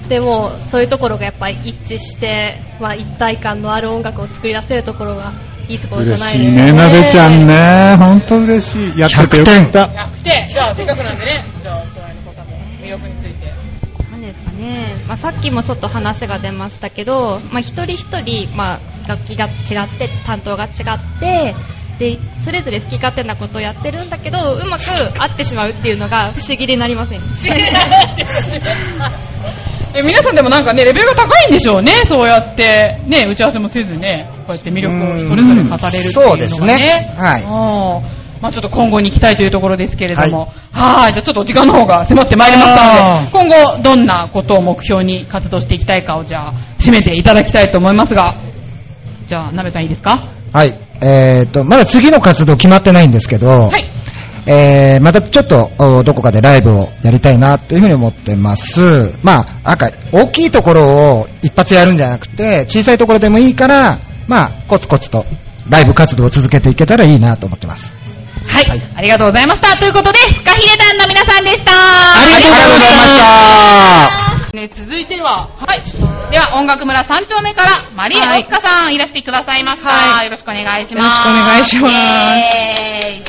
[SPEAKER 22] でもうそういうところがやっぱり一致して、まあ、一体感のある音楽を作り出せるところがいいところじゃ
[SPEAKER 3] 嬉
[SPEAKER 22] な
[SPEAKER 3] し
[SPEAKER 22] い
[SPEAKER 3] い
[SPEAKER 22] ですか
[SPEAKER 3] ね、なべちゃんね。ほんと嬉しい。やっててよかった。
[SPEAKER 1] 100点。じゃあせっかくなんでね、じゃあお隣の方も魅力について。
[SPEAKER 2] 何ですかね、まあ、さっきもちょっと話が出ましたけど、まあ、一人一人、まあ、楽器が違って担当が違ってでそれぞれ好き勝手なことをやってるんだけどうまく合ってしまうっていうのが不思議になりません
[SPEAKER 1] え皆さんでもなんかね、レベルが高いんでしょうね、そうやって。ね、打ち合わせもせずね、こうやって魅力をそれぞれ語れるっていうのがね。
[SPEAKER 6] そうですねはい
[SPEAKER 1] い。まあちょっと今後に行きたいというところですけれども。はい。じゃあちょっとお時間の方が迫ってまいりましたので、今後どんなことを目標に活動していきたいかをじゃあ、締めていただきたいと思いますが。じゃあ、なべさんいいですか
[SPEAKER 6] はい。えっ、と、まだ次の活動決まってないんですけど、えーまたちょっと、おどこかでライブをやりたいなというふうに思ってます。まあ、なんか、大きいところを一発やるんじゃなくて、小さいところでもいいから、まあ、コツコツと、ライブ活動を続けていけたらいいなと思ってます。
[SPEAKER 1] はい。ありがとうございました。ということで、フカヒレ団の皆さんでした。
[SPEAKER 6] ありがとうございました
[SPEAKER 1] ね、続いては、はい。では、音楽村三丁目から、マリー・
[SPEAKER 19] はい
[SPEAKER 1] オスカさん、いらしてくださいました。
[SPEAKER 19] はい
[SPEAKER 1] よろしくお願いし
[SPEAKER 19] よ
[SPEAKER 1] ます。
[SPEAKER 19] ろしくお願いします
[SPEAKER 1] イエーイ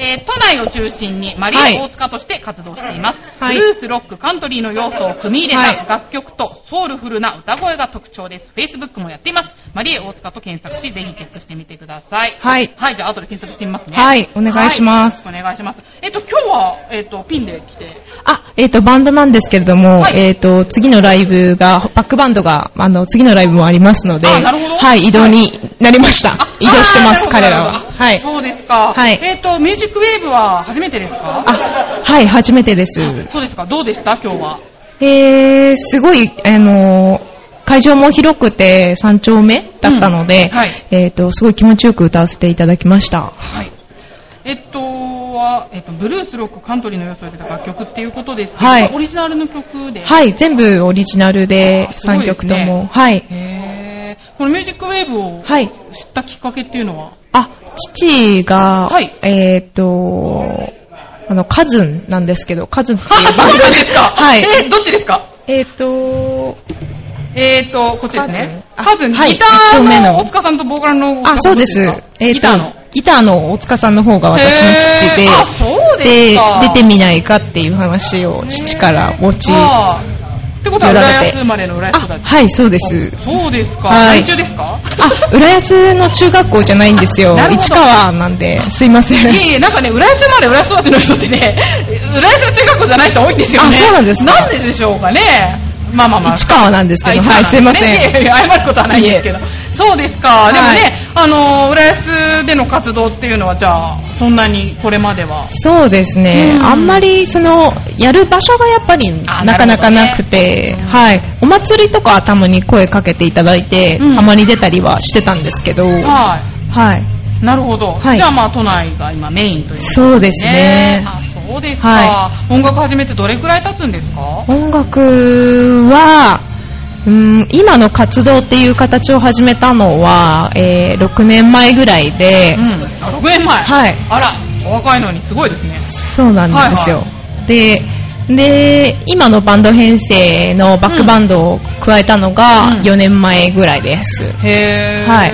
[SPEAKER 1] えー都内を中心にマリー・大塚として活動しています、
[SPEAKER 19] はい
[SPEAKER 1] ブルース、ロック、カントリーの要素を組み入れた楽曲とソウルフルな歌声が特徴です。Facebook もやっています。マリー・大塚と検索し、ぜひチェックしてみてください。
[SPEAKER 19] はい
[SPEAKER 1] はい、じゃあ後で検索してみますね。
[SPEAKER 19] はいお願いします
[SPEAKER 1] はいお願いします。えっ、と、今日は、えっ、と、ピンで来て、
[SPEAKER 19] あ、えっ、と、バンドなんですけれども、
[SPEAKER 1] はい
[SPEAKER 19] えっ、と、次のライブが、バックバンドが、あの、次のライブもありますので、
[SPEAKER 1] あなるほど
[SPEAKER 19] はい、移動になりました。移動してます、
[SPEAKER 1] あーな
[SPEAKER 19] 彼
[SPEAKER 1] る
[SPEAKER 19] ら
[SPEAKER 1] ほ
[SPEAKER 19] は。
[SPEAKER 1] どなるほどあそうですか。
[SPEAKER 19] はい
[SPEAKER 1] えっ、と、ミュージックウェーブは初めてですかあ、
[SPEAKER 19] はい、初めてです。
[SPEAKER 1] そうですか。どうでした今日は。
[SPEAKER 19] えー、すごい、あの会場も広くて3丁目だったので、
[SPEAKER 1] うんはい
[SPEAKER 19] えっ、と、すごい気持ちよく歌わせていただきました。
[SPEAKER 1] えっとは、えっと、ブルース、ロック、カントリーの要素を入れた楽曲っていうことですけど、
[SPEAKER 19] はい
[SPEAKER 1] オリジナルの曲で、
[SPEAKER 19] はい、全部オリジナルで
[SPEAKER 1] すご
[SPEAKER 19] 3
[SPEAKER 1] いです
[SPEAKER 19] 曲
[SPEAKER 1] ね
[SPEAKER 19] とも、はい。
[SPEAKER 1] へーこのミュージックウェーブを
[SPEAKER 19] はい
[SPEAKER 1] 知ったきっかけっていうのは、
[SPEAKER 19] 父が、えっ、と、あの、カズンなんですけど、カズンっていうバンドですかはい。
[SPEAKER 1] えーどっちですか
[SPEAKER 19] えっ、と、
[SPEAKER 1] えっと、こっちですね。カズン、
[SPEAKER 19] はい
[SPEAKER 1] ギタ
[SPEAKER 19] 一丁目
[SPEAKER 1] ーの
[SPEAKER 19] の
[SPEAKER 1] 大塚さんとボーカルの大塚さ
[SPEAKER 19] あ、そ
[SPEAKER 1] ん
[SPEAKER 19] うです
[SPEAKER 1] どっちか。
[SPEAKER 19] えっ、と、
[SPEAKER 1] ギターの。。
[SPEAKER 19] ギターの大塚さんの方が私の父で
[SPEAKER 1] へーあ、そうです
[SPEAKER 19] で
[SPEAKER 1] か、
[SPEAKER 19] 出てみないかっていう話を父から持ち、は
[SPEAKER 1] あーってこと
[SPEAKER 19] や
[SPEAKER 1] は、浦
[SPEAKER 19] られ
[SPEAKER 1] 安
[SPEAKER 19] て
[SPEAKER 1] 生まれの浦安育ち。
[SPEAKER 19] い、そうです。
[SPEAKER 1] そうですか。
[SPEAKER 19] は
[SPEAKER 1] はい中です か
[SPEAKER 19] あ、浦安の中学校じゃないんですよ
[SPEAKER 1] なる。ほど
[SPEAKER 19] 市川なんで、すいません。
[SPEAKER 1] いえいえ、なんかね、浦安生まれ、浦安育ちの人ってね、浦安の中学校じゃない人多いんですよね。
[SPEAKER 19] あそうなんですか
[SPEAKER 1] なんででしょうかね。まあまあまあ。
[SPEAKER 19] 市川なんですけど
[SPEAKER 1] あ
[SPEAKER 19] はい
[SPEAKER 1] 市川なんで
[SPEAKER 19] すいません
[SPEAKER 1] ねいやいや謝ることはないんですけど。そうですか。でもね、あの、浦安での活動っていうのは、じゃあ、そんなにこれまでは。
[SPEAKER 19] そうですね。
[SPEAKER 1] うん
[SPEAKER 19] あんまり、その、やる場所がやっぱりなかなかなくて、はい。お祭りとかはたまに声かけていただいて、
[SPEAKER 1] うん
[SPEAKER 19] たまに出たりはしてたんですけど、。
[SPEAKER 1] はい
[SPEAKER 19] はい。
[SPEAKER 1] い。なるほど。
[SPEAKER 19] はい
[SPEAKER 1] じゃあまあ、都内が今メインという。
[SPEAKER 19] そうですね
[SPEAKER 1] あ、そうですか。
[SPEAKER 19] は
[SPEAKER 1] 音楽始めてどれくらい経つんですか
[SPEAKER 19] 音楽は、うん、今の活動っていう形を始めたのは、えー6年前ぐらいで、
[SPEAKER 1] うん。あ6年前。
[SPEAKER 19] はい。
[SPEAKER 1] あら、お若いのにすごいですね。
[SPEAKER 19] そうなんですよ。
[SPEAKER 1] はい
[SPEAKER 19] で、で、今のバンド編成のバックバンドを加えたのが4年前ぐらいです。
[SPEAKER 1] へー。
[SPEAKER 19] はい。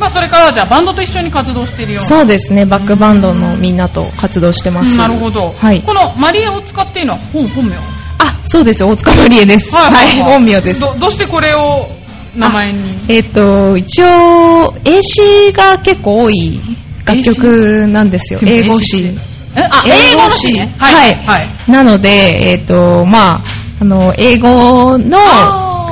[SPEAKER 1] まあそれからじゃあバンドと一緒に活動しているような。
[SPEAKER 19] そうですね、バックバンドのみんなと活動してます。
[SPEAKER 1] なるほど。
[SPEAKER 19] はい。
[SPEAKER 1] このマリエを使っているのは本、本名
[SPEAKER 19] あ、そうです、大塚マリエです。はい、本名です。
[SPEAKER 1] どどうしてこれを名前に
[SPEAKER 19] えっ、と、一応、英詞が結構多い楽曲なんですよ。
[SPEAKER 1] 英詞
[SPEAKER 19] 英語詞。
[SPEAKER 1] えあ、英語の詞ね。
[SPEAKER 19] はい。
[SPEAKER 1] はい。
[SPEAKER 19] なので、えっ、と、まあ、あの、英語の、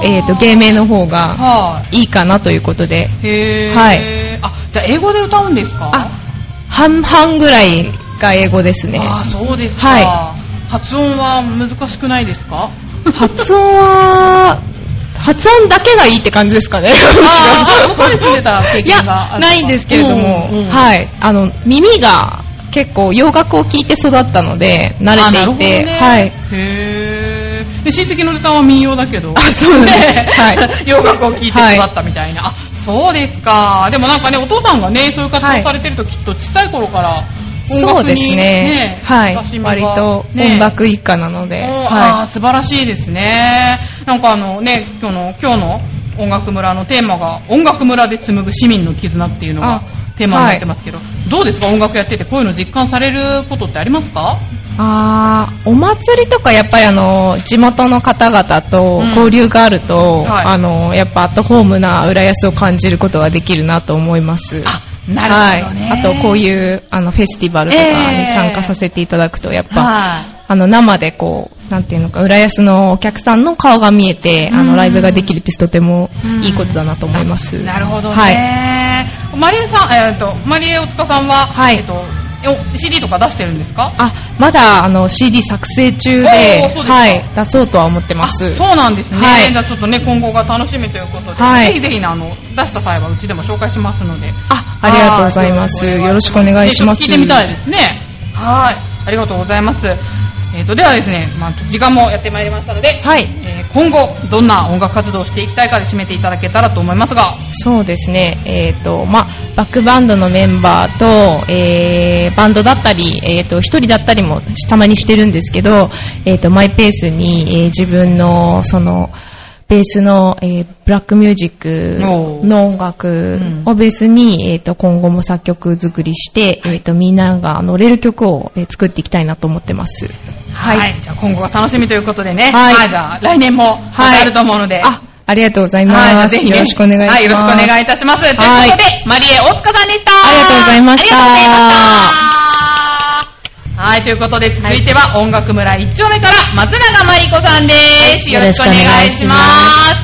[SPEAKER 19] えっ、と、芸名の方がいいかなということで、
[SPEAKER 1] へー。
[SPEAKER 19] はい
[SPEAKER 1] あ、じゃあ英語で歌うんですかあ、
[SPEAKER 19] 半々ぐらいが英語ですね。
[SPEAKER 1] あそうですか。
[SPEAKER 19] は
[SPEAKER 1] 発音は難しくないですか
[SPEAKER 19] 発音は、発音だけがいいって感じですかね。
[SPEAKER 1] あーあ、ここに住んでた経
[SPEAKER 19] いや、
[SPEAKER 1] 験がある
[SPEAKER 19] ないんですけれども、
[SPEAKER 1] うんうん
[SPEAKER 19] はい。あの、耳が結構洋楽を聴いて育ったので、慣
[SPEAKER 1] あ
[SPEAKER 19] れて
[SPEAKER 1] なる
[SPEAKER 19] い
[SPEAKER 1] ほど
[SPEAKER 19] て、
[SPEAKER 1] ね
[SPEAKER 19] はい。
[SPEAKER 1] へー。で、親戚のおじさんは民謡だけど。
[SPEAKER 19] あそうなんです
[SPEAKER 1] はい。洋楽を聴いて育ったみたいな。あ、そうですか。でもなんかね、お父さんがね、そういう活動されてるときっと小さい頃から音
[SPEAKER 19] そう
[SPEAKER 1] 楽
[SPEAKER 19] です
[SPEAKER 1] に
[SPEAKER 19] ね
[SPEAKER 1] ね、。
[SPEAKER 19] はい
[SPEAKER 1] 親し。みが
[SPEAKER 19] 割と
[SPEAKER 1] ね
[SPEAKER 19] 音楽一家なので、
[SPEAKER 1] うんあ
[SPEAKER 19] は
[SPEAKER 1] ー素晴らしいですね。なんかあのね、今日の、今日の音楽村のテーマが、音楽村で紡ぐ市民の絆っていうのがテーマになってますけど、どうですか音楽やっててこういうの実感されることってありますか
[SPEAKER 19] い。あーお祭りとかやっぱりあの、地元の方々と
[SPEAKER 1] うん
[SPEAKER 19] 交流があると、
[SPEAKER 1] はい
[SPEAKER 19] あの、やっぱアットホームな浦安を感じることができるなと思います。
[SPEAKER 1] なるほどね
[SPEAKER 19] はい。あとこういう、あの、フェスティバルとか
[SPEAKER 1] ええ
[SPEAKER 19] に参加させていただくと、やっぱ、
[SPEAKER 1] は
[SPEAKER 19] あの、生でこう、なんていうのか、浦安のお客さんの顔が見えて、あ
[SPEAKER 1] うん
[SPEAKER 19] の、ライブができるってとてもいいことだなと思います。
[SPEAKER 1] なるほどね。
[SPEAKER 19] はい。
[SPEAKER 1] マリエさん、えーっと、マリエ大塚さんは、えーっと、お CD とか出してるんですか
[SPEAKER 19] あ、まだ、あの、CD 作成中で、
[SPEAKER 1] おーそうですか
[SPEAKER 19] はい、出そうとは思ってます。
[SPEAKER 1] そうなんですね。
[SPEAKER 19] はい
[SPEAKER 1] じゃあちょっとね、今後が楽しみということで、
[SPEAKER 19] はい
[SPEAKER 1] ぜひぜひねあの、出した際はうちでも紹介しますので。あ
[SPEAKER 19] ありがとうございます。よろしくお願いします。
[SPEAKER 1] ねちょっと聞いてみたいですね。はい。ありがとうございます。えっ、と、ではですね、まあ、時間もやってまいりましたので、えー今後、どんな音楽活動をしていきたいかで締めていただけたらと思いますが、
[SPEAKER 19] そうですね、えっ、と、まあ、バックバンドのメンバーと、えーバンドだったり、えっ、と、一人だったりもたまにしてるんですけど、えっ、と、マイペースに、えー自分の、その、ベースの、えーブラックミュージックの音楽をベースに、えっ、と、今後も作曲作りして、えっ、と、みんなが乗れる曲を、えー作っていきたいなと思ってます。
[SPEAKER 1] はい。じゃあ今後が楽しみということでね、
[SPEAKER 19] はい
[SPEAKER 1] じゃあ来年もまたあると思うので、はい、
[SPEAKER 19] ありがとうございます。
[SPEAKER 1] じゃあぜひね、
[SPEAKER 19] よろしくお願いします。
[SPEAKER 1] はい、よろしくお願いいたします。ということで、マリエ大塚さんでした。
[SPEAKER 19] ありがとうございました。
[SPEAKER 1] はい、ということで続いては音楽村一丁目から松永真理子さんです。よ
[SPEAKER 9] よ
[SPEAKER 1] ろ
[SPEAKER 9] ろ
[SPEAKER 1] し
[SPEAKER 9] し
[SPEAKER 1] く
[SPEAKER 9] く
[SPEAKER 1] お
[SPEAKER 22] お
[SPEAKER 1] 願
[SPEAKER 22] 願
[SPEAKER 1] い
[SPEAKER 22] い
[SPEAKER 1] し
[SPEAKER 22] し
[SPEAKER 1] ま。
[SPEAKER 22] ます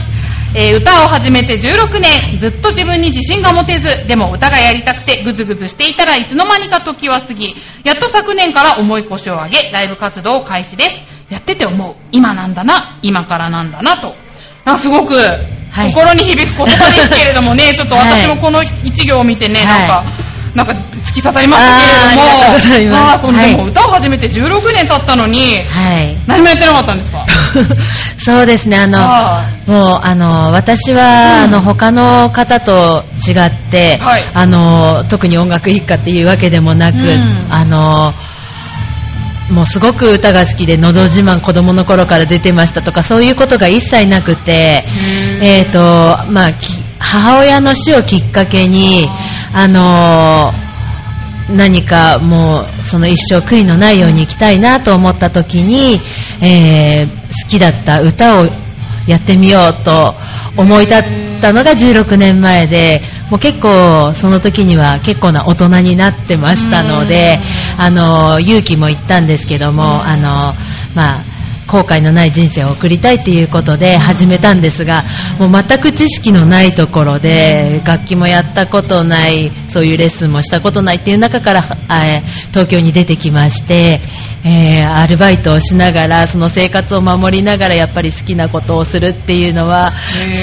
[SPEAKER 1] えー歌を始めて16年、ずっと自分に自信が持てず、でも歌がやりたくてぐずぐずしていたらいつの間にか時は過ぎ、やっと昨年から重い腰を上げ、ライブ活動を開始です。やってて思う。今なんだな、今からなんだなと。あ、すごく、
[SPEAKER 9] い
[SPEAKER 1] 心に響く言葉ですけれど もね、ちょっと私
[SPEAKER 9] は
[SPEAKER 1] も
[SPEAKER 9] い
[SPEAKER 1] この一行を見てね、なんか、なんか突き刺さりま
[SPEAKER 9] あーありがとうご
[SPEAKER 1] したけ
[SPEAKER 9] ざ
[SPEAKER 1] れ
[SPEAKER 9] い
[SPEAKER 1] ども、
[SPEAKER 9] ます
[SPEAKER 1] ーこのでも
[SPEAKER 9] はい
[SPEAKER 1] 歌を始めて16年経ったのに、
[SPEAKER 9] はい。
[SPEAKER 1] 何もやってなかったんですか
[SPEAKER 9] そうですね、あの、
[SPEAKER 1] は
[SPEAKER 9] もう、あの、私は、あの、他の方と違って、
[SPEAKER 1] はい
[SPEAKER 9] あの、特に音楽一家っていうわけでもなく、
[SPEAKER 1] うん
[SPEAKER 9] あの、もうすごく歌が好きで、のど自慢子供の頃から出てましたとか、そういうことが一切なくて、えっ、と、まあ、き母親の死をきっかけに、あの、何かもうその一生悔いのないように生きたいなと思った時に、えー好きだった歌をやってみようと思い立ったのが16年前でもう結構その時には結構な大人になってましたのであの勇気も言ったんですけどもあの、まあ、後悔のない人生を送りたいということで始めたんですが、もう全く知識のないところで、楽器もやったことない、そういうレッスンもしたことないっていう中から、えー東京に出てきまして、えーアルバイトをしながら、その生活を守りながら、やっぱり好きなことをするっていうのは、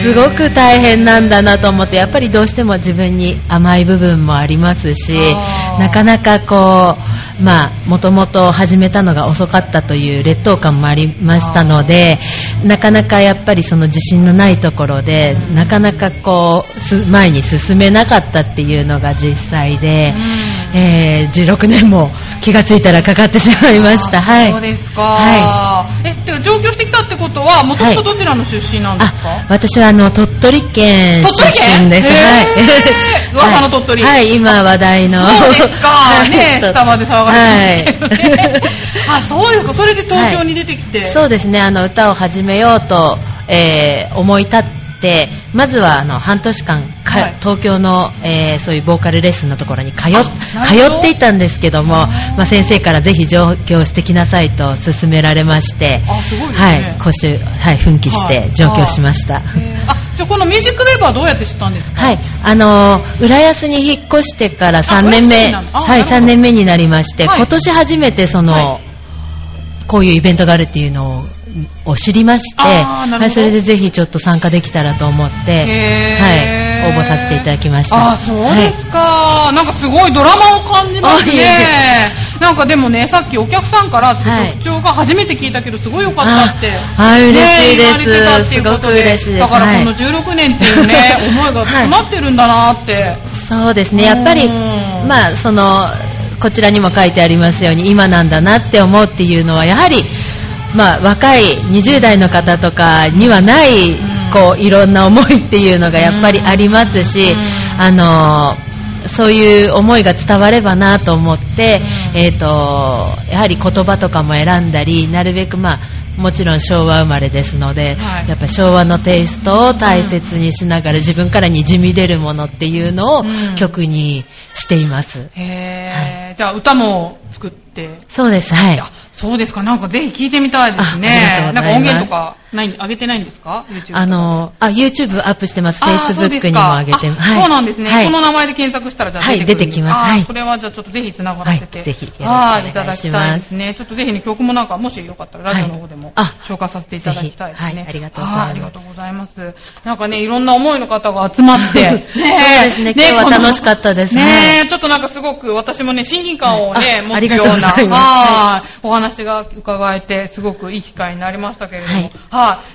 [SPEAKER 9] すごく大変なんだなと思って、やっぱりどうしても自分に甘い部分もありますし、なかなかこう、まあ、もともと始めたのが遅かったという劣等感もありましたので、なかなかやっぱりその自信のないところで、なかなかこう、す前に進めなかったっていうのが実際で、えー16年も気がついたらかかってしまいました。はい。
[SPEAKER 1] そうですか。
[SPEAKER 9] は
[SPEAKER 1] え、てか上京してきたってことは、もともとどちらの出身なんですか、
[SPEAKER 9] 私はあの鳥取県
[SPEAKER 1] 鳥取
[SPEAKER 9] 出
[SPEAKER 1] 県
[SPEAKER 9] 身です。
[SPEAKER 1] へ
[SPEAKER 9] はい。
[SPEAKER 1] ー噂の鳥取。
[SPEAKER 9] はい、はい今話題の。
[SPEAKER 1] そうですか。 ねえ、スタバで騒が
[SPEAKER 9] は
[SPEAKER 1] れて
[SPEAKER 9] い。
[SPEAKER 1] るけどね。あ、そういうか、それで東京に出てきて。
[SPEAKER 9] そうですね、あの歌を始めようと、えー思い立って、まずはあの半年間か、東京の、えーそういうボーカルレッスンのところに通っ
[SPEAKER 1] なるほ
[SPEAKER 9] 通
[SPEAKER 1] ど
[SPEAKER 9] っていたんですけども、まあ、先生からぜひ上京してきなさいと勧められまして、
[SPEAKER 1] あ、すごいです
[SPEAKER 9] は
[SPEAKER 1] ね
[SPEAKER 9] い、。今週、はい、奮起し
[SPEAKER 1] は
[SPEAKER 9] て
[SPEAKER 1] い
[SPEAKER 9] 上京しました。
[SPEAKER 1] あ、じゃあこのミュージックウェーブはどうやって知ったんですか
[SPEAKER 9] はい、あのー浦安に引っ越してから3年
[SPEAKER 1] 浦安
[SPEAKER 9] 目、
[SPEAKER 1] なんだあ
[SPEAKER 9] はい、
[SPEAKER 1] なるほど
[SPEAKER 9] 3年目になりまして、
[SPEAKER 1] はい
[SPEAKER 9] 今年初めてその、こういうイベントがあるっていうのをを知りまして、
[SPEAKER 1] あーなるほど
[SPEAKER 9] はい、それでぜひちょっと参加できたらと思って、
[SPEAKER 1] へ
[SPEAKER 9] はい、応募させていただきました。
[SPEAKER 1] あ、そうですか。なんかすごいドラマを感じます
[SPEAKER 9] あいえい
[SPEAKER 1] ね。なんかでもね、さっきお客さんから局長が初めて聞いたけどすごい良かったって。
[SPEAKER 9] はい、嬉しいで
[SPEAKER 1] ね言われてたっ
[SPEAKER 9] す。
[SPEAKER 1] てい
[SPEAKER 9] す
[SPEAKER 1] うこ
[SPEAKER 9] ご
[SPEAKER 1] と
[SPEAKER 9] く嬉しいです。
[SPEAKER 1] だからこの
[SPEAKER 9] はい
[SPEAKER 1] 16年っていうね、
[SPEAKER 9] はい
[SPEAKER 1] 思いが詰まってるんだなって。
[SPEAKER 9] そうですね、やっぱり、
[SPEAKER 1] うん
[SPEAKER 9] まあ、その、こちらにも書いてありますように、今なんだなって思うっていうのは、やはり、まあ、若い20代の方とかにはない、こう、いろんな思いっていうのがやっぱりありますし、あの、そういう思いが伝わればなと思って、えっ、と、やはり言葉とかも選んだり、なるべくまあ、もちろん昭和生まれですので、やっぱ昭和のテイストを大切にしながら自分からにじみ出るものっていうのを曲にしています。
[SPEAKER 1] へーじゃあ歌も作って。
[SPEAKER 9] そうです、はい。
[SPEAKER 1] そうですか、なんかぜひ聞いてみたいです
[SPEAKER 9] あ
[SPEAKER 1] ね。
[SPEAKER 9] あり
[SPEAKER 1] な
[SPEAKER 9] が
[SPEAKER 1] ん
[SPEAKER 9] とうございます
[SPEAKER 1] か音源とかない上げてないんですか YouTube とか
[SPEAKER 9] あの、あ、YouTube アップしてます。
[SPEAKER 1] あーそうです
[SPEAKER 9] Facebook にも
[SPEAKER 1] か
[SPEAKER 9] 上げてます。
[SPEAKER 1] そうなんですね。
[SPEAKER 9] はい
[SPEAKER 1] この名前で検索したらじゃあ
[SPEAKER 9] はい出てきます
[SPEAKER 1] あー
[SPEAKER 9] はい
[SPEAKER 1] これはじゃあちょっとぜひ繋がらせて。
[SPEAKER 9] はいぜひよろしくお
[SPEAKER 1] はい、
[SPEAKER 9] 願
[SPEAKER 1] いただ
[SPEAKER 9] い
[SPEAKER 1] き
[SPEAKER 9] した
[SPEAKER 1] い
[SPEAKER 9] ま
[SPEAKER 1] ですすね。ちょっとぜひね、曲もなんかもしよかったらラジオの方でも
[SPEAKER 9] あ
[SPEAKER 1] 紹介させていただきたいですね。
[SPEAKER 9] ぜひはいありがとうございます
[SPEAKER 1] はありがとうございます。なんかね、いろんな思いの方が集まって。 ね
[SPEAKER 9] そうですね今日は楽しかったですね
[SPEAKER 1] ねえちょっとなんかすごく私もね、親近感をね、
[SPEAKER 9] ああ
[SPEAKER 1] 持つような、
[SPEAKER 9] ありがとうございます
[SPEAKER 1] はいお話が伺えて、すごくいい機会になりましたけれども。はい、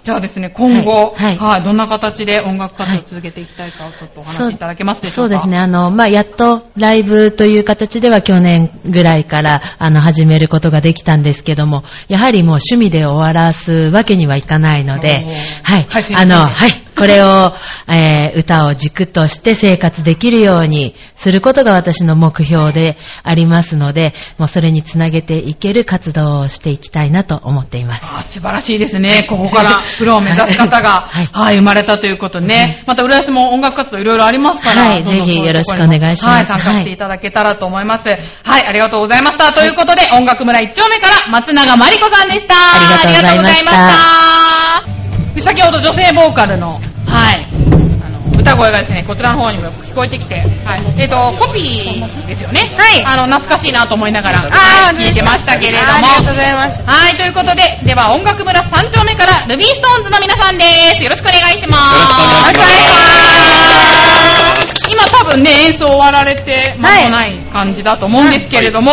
[SPEAKER 1] じゃあですね、今後、はい、どんな形で音楽活動を続けていきたいかをちょっとお
[SPEAKER 9] そ
[SPEAKER 1] 話
[SPEAKER 9] う
[SPEAKER 1] しいただけますでし
[SPEAKER 9] そ
[SPEAKER 1] ょ
[SPEAKER 9] う
[SPEAKER 1] うか。
[SPEAKER 9] ですね、あの、まあ、やっとライブという形では去年ぐらいから、あの、始めることができたんですけども、やはりもう趣味で終わらすわけにはいかないので、はい、あの、はい、これを、 えー歌を軸として生活できるようにすることが私の目標でありますので、もうそれにつなげていける活動をしていきたいなと思ってい ます。
[SPEAKER 1] 素晴らしいですね。ここ からプロを目指す方が、はい、生まれたということでね。また、浦安も音楽活動いろいろありますから、
[SPEAKER 9] はい
[SPEAKER 1] どんどん
[SPEAKER 9] ぜひ
[SPEAKER 1] そううところにも
[SPEAKER 9] よろしくお願いします
[SPEAKER 1] はい、参加していただけたらと思います。はい、ありがとうございました。ということで、音楽村一丁目から松永まりこさんでした。
[SPEAKER 9] ありがとうございました
[SPEAKER 1] ありがとうございました。先ほど女性ボーカルの、はい、あの、歌声がですね、こちらの方にも聞こえてきて、はい、えっ、と、コピーですよね。はい。あの、懐かしいなと思いながら、はい聞いてましたけれども。
[SPEAKER 19] ありがとうご
[SPEAKER 1] ざいます。はい、ということで、では音楽村3丁目から、ルビーストーンズの皆さんです。よろしくお願いします。よろしくお願いします。今多分ね、演奏終わられて、間もない感じだと思うんですけれども、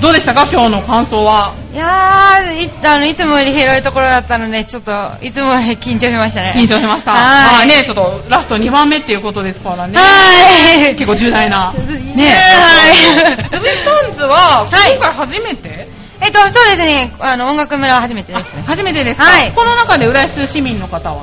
[SPEAKER 1] どうでしたか今日の感想は。
[SPEAKER 19] いやーいあの、いつもより広いところだったので、ちょっと、いつもより緊張しましたね。
[SPEAKER 1] 緊張しました。
[SPEAKER 19] は。
[SPEAKER 1] はいい。ね、ちょっとラスト2番目っていうことですからね。
[SPEAKER 19] はい
[SPEAKER 1] 結構重大な。 ね。
[SPEAKER 19] はい
[SPEAKER 1] ルビーストーンズは、今回初めて、
[SPEAKER 19] えっと、そうですね、あの、音楽村は初めてですね。
[SPEAKER 1] 初めてですか、この中で浦安市民の方はは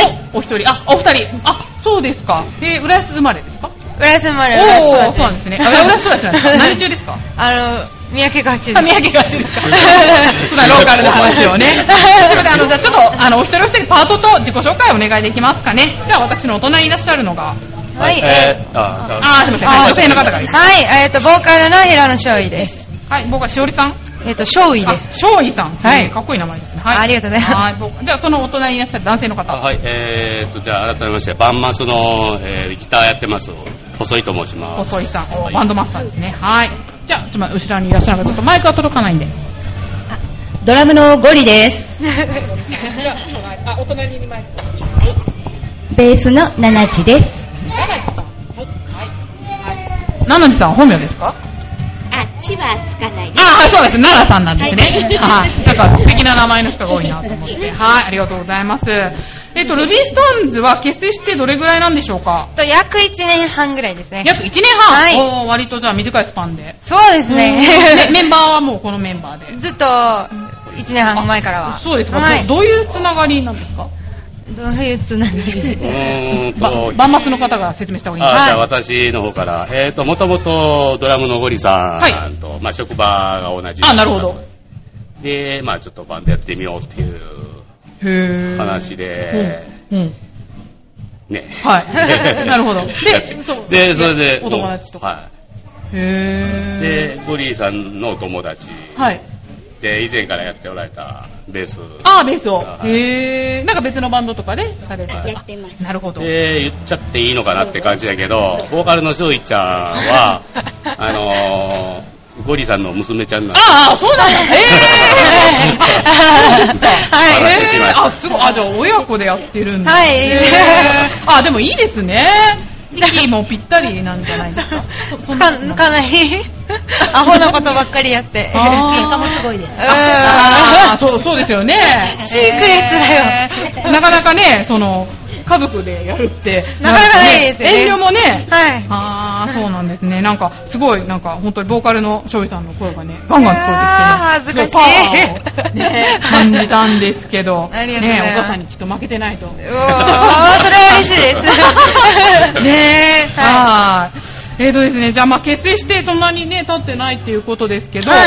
[SPEAKER 1] い。お一人。あ、お二人。あ、そうですか。で、浦安生まれですか
[SPEAKER 19] 浦安生まれ、
[SPEAKER 1] おー
[SPEAKER 19] 浦安育ち
[SPEAKER 1] そうなんですねあ浦安育ちなんです ね何中ですか
[SPEAKER 19] あの、三宅学中
[SPEAKER 1] あ三宅学 中ですか普段
[SPEAKER 19] ん
[SPEAKER 1] ローカルな話 をね。ということで、あの、じゃあちょっと、あの、お一人お一人パートと自己紹介をお願いできますかね。じゃあ私のお隣にいらっしゃるのが。
[SPEAKER 19] はい、
[SPEAKER 1] え
[SPEAKER 19] え
[SPEAKER 1] ああ、すみません。はい女性の方がいます。
[SPEAKER 19] はい、えっと、ボーカルの平野翔衣です。
[SPEAKER 1] はい、僕はしおりさん。
[SPEAKER 19] えっと、翔衣です。
[SPEAKER 1] 翔衣さん。
[SPEAKER 19] はい
[SPEAKER 1] うんかっこいい名前ですね。はい。
[SPEAKER 19] ありがとうございます
[SPEAKER 1] はい僕じゃあそのお隣にいらっしゃる男性の方。
[SPEAKER 7] あはい、えー、っと、じゃあ、改めまして、バンマスの、えー、ギターやってます、細井と申します。
[SPEAKER 1] 細井さん、おバンドマスターですね。はい。じゃあ、ちょっとまあ後ろにいらっしゃるのが、ちょっとマイクは届かないんで。
[SPEAKER 17] ドラムのゴリです。
[SPEAKER 1] じゃあ、あ、お隣にマイク。
[SPEAKER 17] ベースのナナチです。
[SPEAKER 1] ナナジさん、本名ですか
[SPEAKER 17] あ、
[SPEAKER 9] 地はつかないです。
[SPEAKER 1] あはい、そうです。奈良さんなんですね。
[SPEAKER 9] は
[SPEAKER 1] はい。なんか素敵な名前の人が多いなと 思って。はい、ありがとうございます。えっと、ルビーストーンズは結成してどれぐらいなんでしょうか
[SPEAKER 5] と、約1年半ぐらいですね。
[SPEAKER 1] 約1年半、
[SPEAKER 5] はい。
[SPEAKER 1] おー割とじゃあ短いスパンで。
[SPEAKER 5] そうですね
[SPEAKER 1] うんメメンバーはもうこのメ ンバーで。
[SPEAKER 5] ずっと、1年半前からは。
[SPEAKER 1] そうですか、
[SPEAKER 5] はい
[SPEAKER 1] どどういうつながりなんですか
[SPEAKER 5] どういうつながり
[SPEAKER 7] ーんと
[SPEAKER 1] ば万幕の方が説明した方がいい
[SPEAKER 7] あ
[SPEAKER 1] です
[SPEAKER 7] じゃあ
[SPEAKER 1] か
[SPEAKER 7] 私の方から、えっ、と、もともとドラムのゴリさんと、まあ職場が同じ。
[SPEAKER 1] あ、なるほど。
[SPEAKER 7] で、まあちょっとバンドやってみようっていう
[SPEAKER 1] へー。
[SPEAKER 7] 話で、
[SPEAKER 1] うん。うん。
[SPEAKER 7] ね。
[SPEAKER 1] はい。なるほど。で、そう。
[SPEAKER 7] で、それで、
[SPEAKER 1] お友達とか。
[SPEAKER 7] は
[SPEAKER 1] へ
[SPEAKER 7] い。で、ゴリさんのお友達
[SPEAKER 1] ー。はい。
[SPEAKER 7] で、以前からやっておられたベース。
[SPEAKER 1] あー、ベースを。
[SPEAKER 7] はい
[SPEAKER 1] へー。なんか別のバンドとかでされてやってます。なるほど。
[SPEAKER 7] で、言っちゃっていいのかなって感じだけ ど、ボーカルの翔一ちゃんは、あのー、ゴリさんの娘ちゃんなんです
[SPEAKER 1] ああ、そうなんだ。えー、
[SPEAKER 7] はい
[SPEAKER 1] はい。
[SPEAKER 7] 話し
[SPEAKER 1] え
[SPEAKER 7] ま
[SPEAKER 1] ー
[SPEAKER 7] した
[SPEAKER 1] あ、すごい。あ、じゃあ親子でやってるんだ。
[SPEAKER 5] はい
[SPEAKER 1] えーあ、でもいいですね。ミキーもぴったりなんじゃないですか。そそんなこと
[SPEAKER 5] かかな りアホなことばっかりやって。
[SPEAKER 1] あー
[SPEAKER 5] 喧嘩
[SPEAKER 4] もすごいで す
[SPEAKER 5] うん。
[SPEAKER 1] あーそう、そうですよね。
[SPEAKER 5] シークレ
[SPEAKER 1] スだよ。なかなかね、その、家族でやるって。
[SPEAKER 5] なかなかないですよね
[SPEAKER 1] 遠慮もね。
[SPEAKER 5] はい。
[SPEAKER 1] ああ、そうなんですね。なんか、すごい、なんか、本当にボーカルの翔井さんの声がね、ガンガン聞こえてきて、
[SPEAKER 5] いやー恥ずかしい
[SPEAKER 1] ね。すごいパワーをね、感じたんですけど。
[SPEAKER 5] ありがとうございます
[SPEAKER 1] ね、お母さんにきっと負けてないと。
[SPEAKER 5] おー、それは嬉しい です。
[SPEAKER 1] ねえ、はい。えーとですね、じゃあまあ結成してそんなにね、経ってないっていうことですけど、
[SPEAKER 5] はい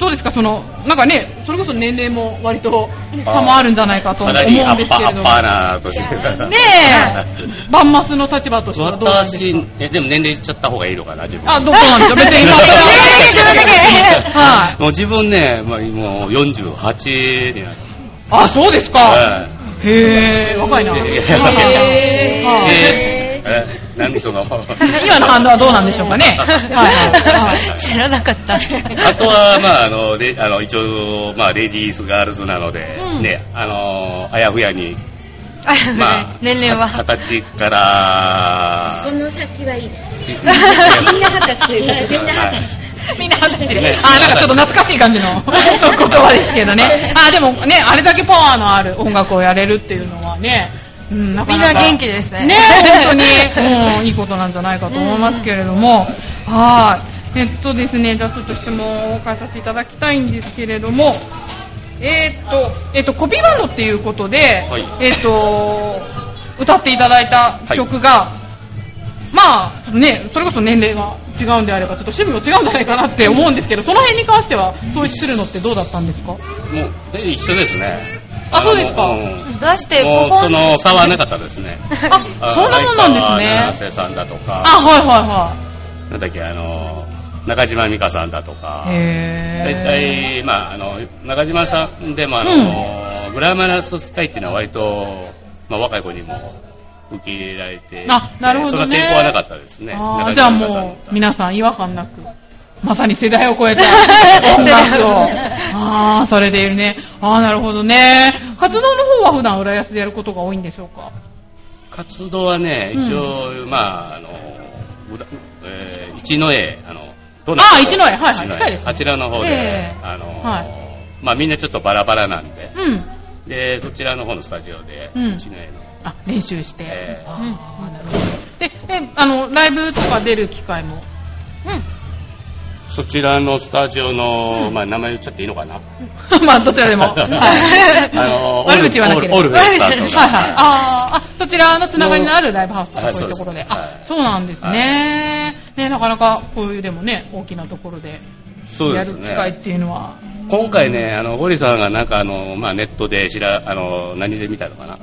[SPEAKER 1] どうですか、その、なんかね、それこそ年齢も割と差もあるんじゃないかと思
[SPEAKER 7] か
[SPEAKER 1] う
[SPEAKER 7] な
[SPEAKER 1] んですけ
[SPEAKER 7] り
[SPEAKER 1] れ
[SPEAKER 7] アッパーア
[SPEAKER 1] ど
[SPEAKER 7] ッ
[SPEAKER 1] も
[SPEAKER 7] パーな年ですから
[SPEAKER 1] ねえ、バンマスの立場としてはどうなんですか
[SPEAKER 7] 私、え、でも年齢言っちゃった方がいいのかな、 自分。
[SPEAKER 1] あ、どうなんですか別に今、はい。
[SPEAKER 7] もう自分ね、まあ、もう48になって。
[SPEAKER 1] あ、そうですか。
[SPEAKER 7] はい
[SPEAKER 1] へえ、若いな。
[SPEAKER 7] いや
[SPEAKER 1] へはい
[SPEAKER 7] でえ、何その、あ
[SPEAKER 1] 今の反応はどうなんでしょうかね。はいはい。
[SPEAKER 5] 知らなかった。
[SPEAKER 7] とは、まあ、あの、であの一応、まあ、レディースガールズなので、
[SPEAKER 5] うん
[SPEAKER 7] ね、あの、あやふやに、まあ
[SPEAKER 5] 年齢は。
[SPEAKER 7] 二十歳から、
[SPEAKER 9] その先はいいです。みんな二十歳というみんな二十歳。
[SPEAKER 1] みんな二十歳
[SPEAKER 9] ね
[SPEAKER 1] で。あ、なんかちょっと懐かしい感 じの言葉ですけどね。あ、でもね、あれだけパワーのある音楽をやれるっていうのはね、うん、なかなか。
[SPEAKER 5] みんな元気ですね
[SPEAKER 1] ね、本当に、うん、いいことなんじゃないかと思いますけれども、はい。えっとですね、じゃあちょっと質問を変えさせていただきたいんですけれども、えーっと、えーっと、コピーバンドっていうことで、
[SPEAKER 7] はい
[SPEAKER 1] えーっと、歌っていただいた曲が、まあ、ね、それこそ年齢が違うんであれば、ちょっと趣味も違うんじゃないかなって思うんですけど、その辺に関しては、統一するのってどうだったんですか
[SPEAKER 7] もう、え一緒ですね。
[SPEAKER 1] あそうですか
[SPEAKER 7] うん
[SPEAKER 5] 出して、
[SPEAKER 7] も
[SPEAKER 5] ポ
[SPEAKER 7] う、
[SPEAKER 5] コ
[SPEAKER 7] そ
[SPEAKER 5] ン
[SPEAKER 7] の差はなかったですね。
[SPEAKER 1] あ、そんなもんなんで
[SPEAKER 7] 相
[SPEAKER 1] す
[SPEAKER 7] 川七瀬
[SPEAKER 1] ね。
[SPEAKER 7] さんだとか、
[SPEAKER 1] あ、はいは
[SPEAKER 7] なんだっけ、あの、中島美香さんだとか、
[SPEAKER 1] いはい。
[SPEAKER 7] 大体、
[SPEAKER 1] へ
[SPEAKER 7] まあ、あの、中島さんでも、あの、グラマラススタイっていうのは割と、まあ、若い子にも受け入れられて、
[SPEAKER 1] あなるほどね
[SPEAKER 7] そんな抵抗はなかったですね。
[SPEAKER 1] あー
[SPEAKER 7] 中
[SPEAKER 1] じゃあ
[SPEAKER 7] 島美香さん
[SPEAKER 1] もう、皆さん違和感なく、まさに世代を超 えた音楽を、ああ、されているね。ああ、なるほどね。活動の方は普段浦安でやることが多いんでしょうか
[SPEAKER 7] 活動はね、
[SPEAKER 1] うん
[SPEAKER 7] 一応、まあ、あの、うらえー一の江、あの、ど
[SPEAKER 1] あー一ノ江はいはい近いですね
[SPEAKER 7] あちらの方で、
[SPEAKER 1] え
[SPEAKER 7] あの、
[SPEAKER 1] はい。
[SPEAKER 7] まあみんなちょっとバラバラなんで、
[SPEAKER 1] うん。
[SPEAKER 7] で、そちらの方のスタジオで、
[SPEAKER 1] うん
[SPEAKER 7] 一の江の。
[SPEAKER 1] あ、練習して。
[SPEAKER 7] えー
[SPEAKER 1] あーなるほど。で、え、あの、ライブとか出る機会も。
[SPEAKER 7] そちらのスタジオの、まあ名前言っちゃっていいのかな
[SPEAKER 1] まあ、どちら でも。はい
[SPEAKER 7] あの
[SPEAKER 1] 悪口はなければ。
[SPEAKER 7] オルオルオルフェスさんとか
[SPEAKER 1] はいはい。あーあ、そちらのつながりのあるライブハウスと
[SPEAKER 7] は
[SPEAKER 1] か
[SPEAKER 7] い
[SPEAKER 1] そういうところで。
[SPEAKER 7] そうです
[SPEAKER 1] あ、そうなんですね。ね、なかなかこういうでもね、大きなところで
[SPEAKER 7] そう
[SPEAKER 1] や
[SPEAKER 7] で
[SPEAKER 1] る
[SPEAKER 7] す
[SPEAKER 1] 機
[SPEAKER 7] ね
[SPEAKER 1] 会っていうのは。
[SPEAKER 7] 今回ね、あの、ゴリさんがなんかあの、まあネットで知ら、あの、何で見たのかな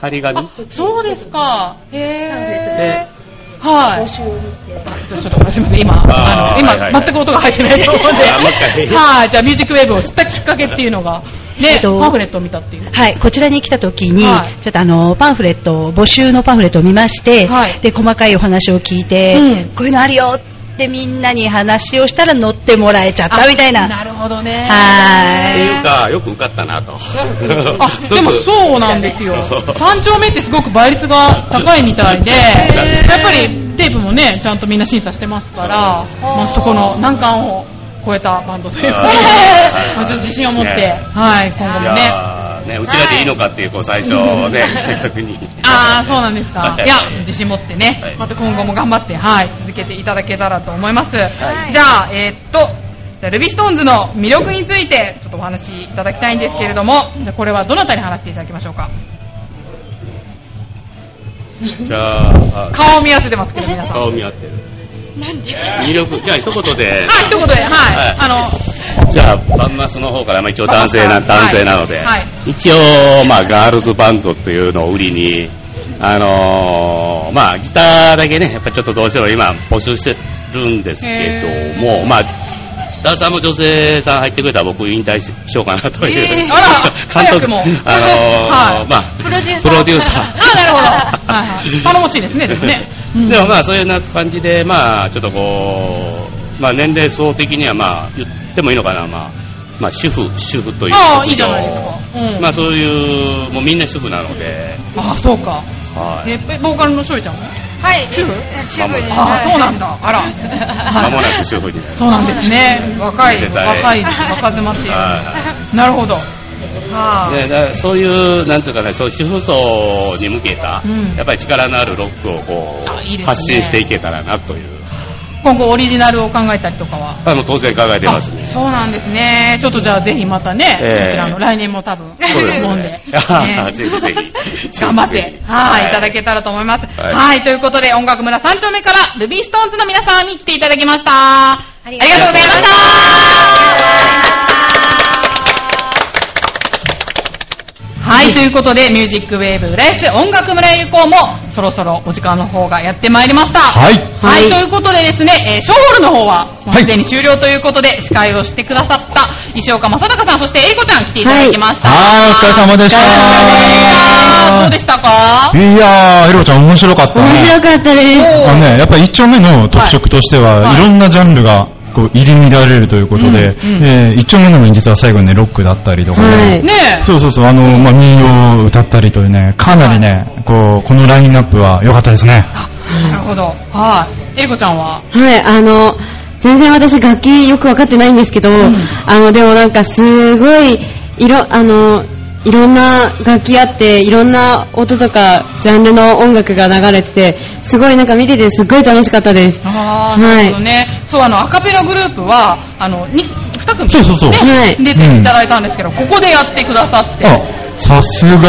[SPEAKER 7] 張り紙
[SPEAKER 1] そうですか。へ
[SPEAKER 7] で
[SPEAKER 1] ー。はい。あちょちょっとすみません、今、あ
[SPEAKER 7] あー
[SPEAKER 1] の今、
[SPEAKER 7] はいはいはい
[SPEAKER 1] 全く音が入ってないと思うんで、
[SPEAKER 7] あーもう一回
[SPEAKER 1] はい、じゃあ、ミュージックウェーブを知ったきっかけっていうのが、
[SPEAKER 8] え
[SPEAKER 1] ね
[SPEAKER 8] っ、と
[SPEAKER 1] パンフレットを見たっていう。
[SPEAKER 8] はい、こちらに来た時に、
[SPEAKER 1] は
[SPEAKER 8] ちょっとあの、パンフレットを、募集のパンフレットを見まして、で、細かいお話を聞いて、
[SPEAKER 1] うん
[SPEAKER 8] こういうのあるよってみんなに話をしたら乗ってもらえちゃったみたいな。
[SPEAKER 1] なるほ どね。
[SPEAKER 8] は
[SPEAKER 7] っていう
[SPEAKER 8] ーい。
[SPEAKER 7] か、よく受かった なと。
[SPEAKER 1] あ、でも そうなんですよ。三丁目ってすごく倍率が高いみたいで、やっぱりテープもね、ちゃんとみんな審査してますから、まあ、そこの難関を超えたバンドということで
[SPEAKER 7] は、い
[SPEAKER 1] まあちょっと自信を持って、
[SPEAKER 7] ね
[SPEAKER 1] はい、今後もね。
[SPEAKER 7] やーね、うちらでいいのかっていう、こう、最初ね、逆に。
[SPEAKER 1] ああ、そうなんですか
[SPEAKER 7] は。い
[SPEAKER 1] いや、自信持ってね、また今後も頑張って、はい、続けていただけたらと思います。じゃあ、えーっと、じゃあ、ルビストーンズの魅力について、ちょっとお話しいただきたいんですけれども、じゃあこれはどなたに話していただきましょうか。
[SPEAKER 7] じゃあ、
[SPEAKER 1] 顔を見合わせてますけど、皆さん。
[SPEAKER 7] 顔見合ってる。
[SPEAKER 1] なんで
[SPEAKER 7] 魅力、じゃあ、一言で。
[SPEAKER 1] あ、一言で、はい。
[SPEAKER 7] はい
[SPEAKER 1] あの、
[SPEAKER 7] じゃあ、バンマスの方から、まあ、一応男性な、男性なので、
[SPEAKER 1] はい。
[SPEAKER 7] 一応、まあ、ガールズバンドというのを売りに、あのーまあ、ギターだけね、やっぱちょっとどうしても今、募集してるんですけども、まあ、ギターさんも女性さん入ってくれたら僕引退しようかなという、
[SPEAKER 1] えーあら
[SPEAKER 7] 監
[SPEAKER 1] 早
[SPEAKER 7] 督
[SPEAKER 1] くも
[SPEAKER 7] あのー
[SPEAKER 1] はい
[SPEAKER 7] まあ、
[SPEAKER 1] プロデューサー
[SPEAKER 7] プロデューサー
[SPEAKER 1] あ、なるほど。はいはい。頼もしいですね、で もね。
[SPEAKER 7] でもまあそういうような感じで、まあちょっとこう、まあ年齢層的にはまあ言ってもいいのかな、まあ、まあ主婦、主婦という職業。
[SPEAKER 1] ああ、いいじゃないですか。うん。
[SPEAKER 7] まあそういう、もうみんな主婦なので、
[SPEAKER 1] ああ、そうか。
[SPEAKER 7] はい。
[SPEAKER 1] え、えボーカルのしょいちゃんは
[SPEAKER 5] はい。主
[SPEAKER 1] 主婦
[SPEAKER 5] 婦です。
[SPEAKER 1] ああ、そうなんだ。あら。
[SPEAKER 7] 間もなく主婦に なる。
[SPEAKER 1] そうなんですね。若い、
[SPEAKER 7] 絶対
[SPEAKER 1] 若い、若妻っていう。
[SPEAKER 7] は
[SPEAKER 1] なるほど。
[SPEAKER 7] い
[SPEAKER 1] は
[SPEAKER 7] でだからそういう、なんていうかね、そういう主婦層に向けた、
[SPEAKER 1] うん
[SPEAKER 7] やっぱり力のあるロックをこう、
[SPEAKER 1] いいですね
[SPEAKER 7] 発信していけたらなという、
[SPEAKER 1] 今後オリジナルを考えたりとかは。
[SPEAKER 7] あの当然考えてますね。
[SPEAKER 1] そうなんですね。ちょっとじゃあぜひまたね、
[SPEAKER 7] ええ
[SPEAKER 1] こちらの来年も多分、
[SPEAKER 7] そうです
[SPEAKER 1] 飲んで
[SPEAKER 7] ね。 あーぜひぜひ。
[SPEAKER 1] 頑張って、はい、いただけたらと思います。はい、ということで、音楽村三丁目から、ルビーストーンズの皆さんに来ていただきました。ありがとうございました。はい、ということで、ミュージックウェーブ浦安音楽村へ行こうも、そろそろお時間の方がやってまいりました。はいはい、ということでですね、えーショーホールの方は、もうすでに終了ということで、司会をしてくださった、石岡正隆さん、そして、えいこちゃん来ていただきました。
[SPEAKER 13] はい、お疲れ様でした。
[SPEAKER 1] どうでしたか
[SPEAKER 13] いやー、エロちゃん面白かったね。
[SPEAKER 9] 面白かったです。
[SPEAKER 13] あのね、やっぱり一丁目の特色としては、い、ろんなジャンルがこう入り乱れるということで、
[SPEAKER 9] うんうん
[SPEAKER 13] えー一丁目のも実は最後にね、ロックだったりとかね、
[SPEAKER 9] はいねえ
[SPEAKER 13] そうそうそう、あの、まあ、民謡を歌ったりというね、かなりね、こう、このラインナップは良かったですね。
[SPEAKER 1] なるほど。はい。えいこちゃん
[SPEAKER 9] は
[SPEAKER 1] は、
[SPEAKER 9] い、あの、全然私楽器よくわかってないんですけど、あの、でもなんかすごい、いろ、あの、いろんな楽器あって、いろんな音とか、ジャンルの音楽が流れてて、すごいなんか見ててすごい楽しかったです。
[SPEAKER 1] あ
[SPEAKER 9] は
[SPEAKER 1] ーなるほど
[SPEAKER 9] い。
[SPEAKER 1] ね、そう、あの、アカペラグループは、あの、に2組、ね、
[SPEAKER 13] そうそうそうはい
[SPEAKER 1] 出ていただいたんですけど、ここでやってくださって、
[SPEAKER 13] あ、さす
[SPEAKER 1] そうなんです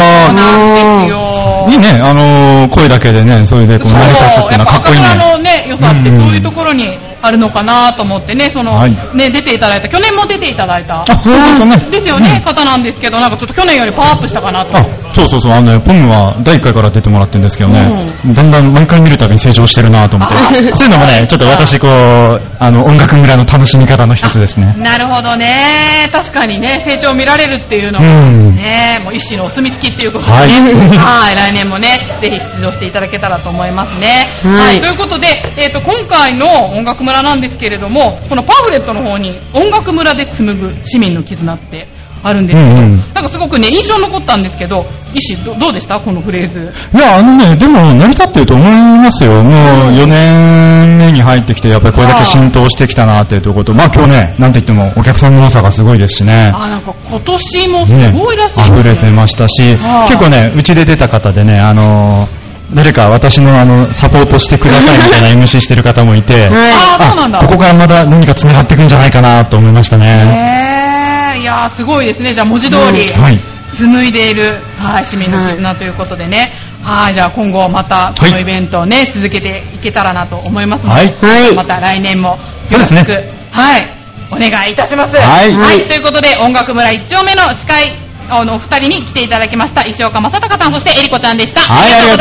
[SPEAKER 13] が、
[SPEAKER 1] よ。
[SPEAKER 13] いいね、あのー声だけでね、それでこう成り立つっていうのはかっこいい
[SPEAKER 1] あ
[SPEAKER 13] ね。
[SPEAKER 1] のね、良さって
[SPEAKER 13] うん
[SPEAKER 1] そういうところにあるのかなと思ってね、その、
[SPEAKER 13] はい
[SPEAKER 1] ね、出ていただいた、去年も出ていただいた、
[SPEAKER 13] そうそうそうね
[SPEAKER 1] ですよね、方なんですけど、なんかちょっと去年よりパワーアップしたかなと。
[SPEAKER 13] そうそうそう、あのね、ポンは第1回から出てもらってるんですけどね、だんだん毎回見るたびに成長してるなと思って
[SPEAKER 1] あ、
[SPEAKER 13] そういうのもね、ちょっと私、こう、あの、音楽村の楽しみ方の一つですね。
[SPEAKER 1] なるほどね。確かにね、成長を見られるっていうの
[SPEAKER 13] う
[SPEAKER 1] は、
[SPEAKER 13] ん
[SPEAKER 1] ね、もう一種のお墨付きっていうことで、
[SPEAKER 13] はい
[SPEAKER 1] はい来年もね、ぜひ出場していただけたらと思いますね。
[SPEAKER 9] はい
[SPEAKER 1] ということで、えっ、と、今回の音楽村なんですけれども、このパンフレットの方に、音楽村で紡ぐ市民の絆って、あるんですけど、
[SPEAKER 13] うんうん
[SPEAKER 1] なんかすごくね、印象に残ったんですけど、石ど、どうでしたこのフレーズ。
[SPEAKER 13] いや、あのね、でも成り立ってると思いますよ。もう4年目に入ってきて、やっぱりこれだけ浸透してきたなっていうところと、まあ今日ね、なんといってもお客さんの多さがすごいですしね。
[SPEAKER 1] あ、なんか今年も
[SPEAKER 13] ね
[SPEAKER 1] すごいらしい、
[SPEAKER 13] 溢れてましたし、
[SPEAKER 1] はい
[SPEAKER 13] 結構ね、うちで出た方でね、あのー誰か私のあの、サポートしてくださいみたいな MC してる方もいて、
[SPEAKER 1] あーそうなんだ
[SPEAKER 13] ここからまだ何か繋がっていくんじゃないかなと思いましたね。
[SPEAKER 1] へー、いやーすごいですね。じゃあ文字通り、
[SPEAKER 13] はい。
[SPEAKER 1] 紡いでいる、はい、市民の絆ということでね。はい、じゃあ今後またこのイベントをね、続けていけたらなと思いますので、
[SPEAKER 13] はいはい
[SPEAKER 1] また来年も
[SPEAKER 13] そうですね。
[SPEAKER 1] はい、お願いいたします。
[SPEAKER 13] はい
[SPEAKER 1] ということで、音楽村一丁目の司会あのお二人に来ていただきました、石岡正隆さん、そしてえりこちゃんでした。
[SPEAKER 13] はい、ありが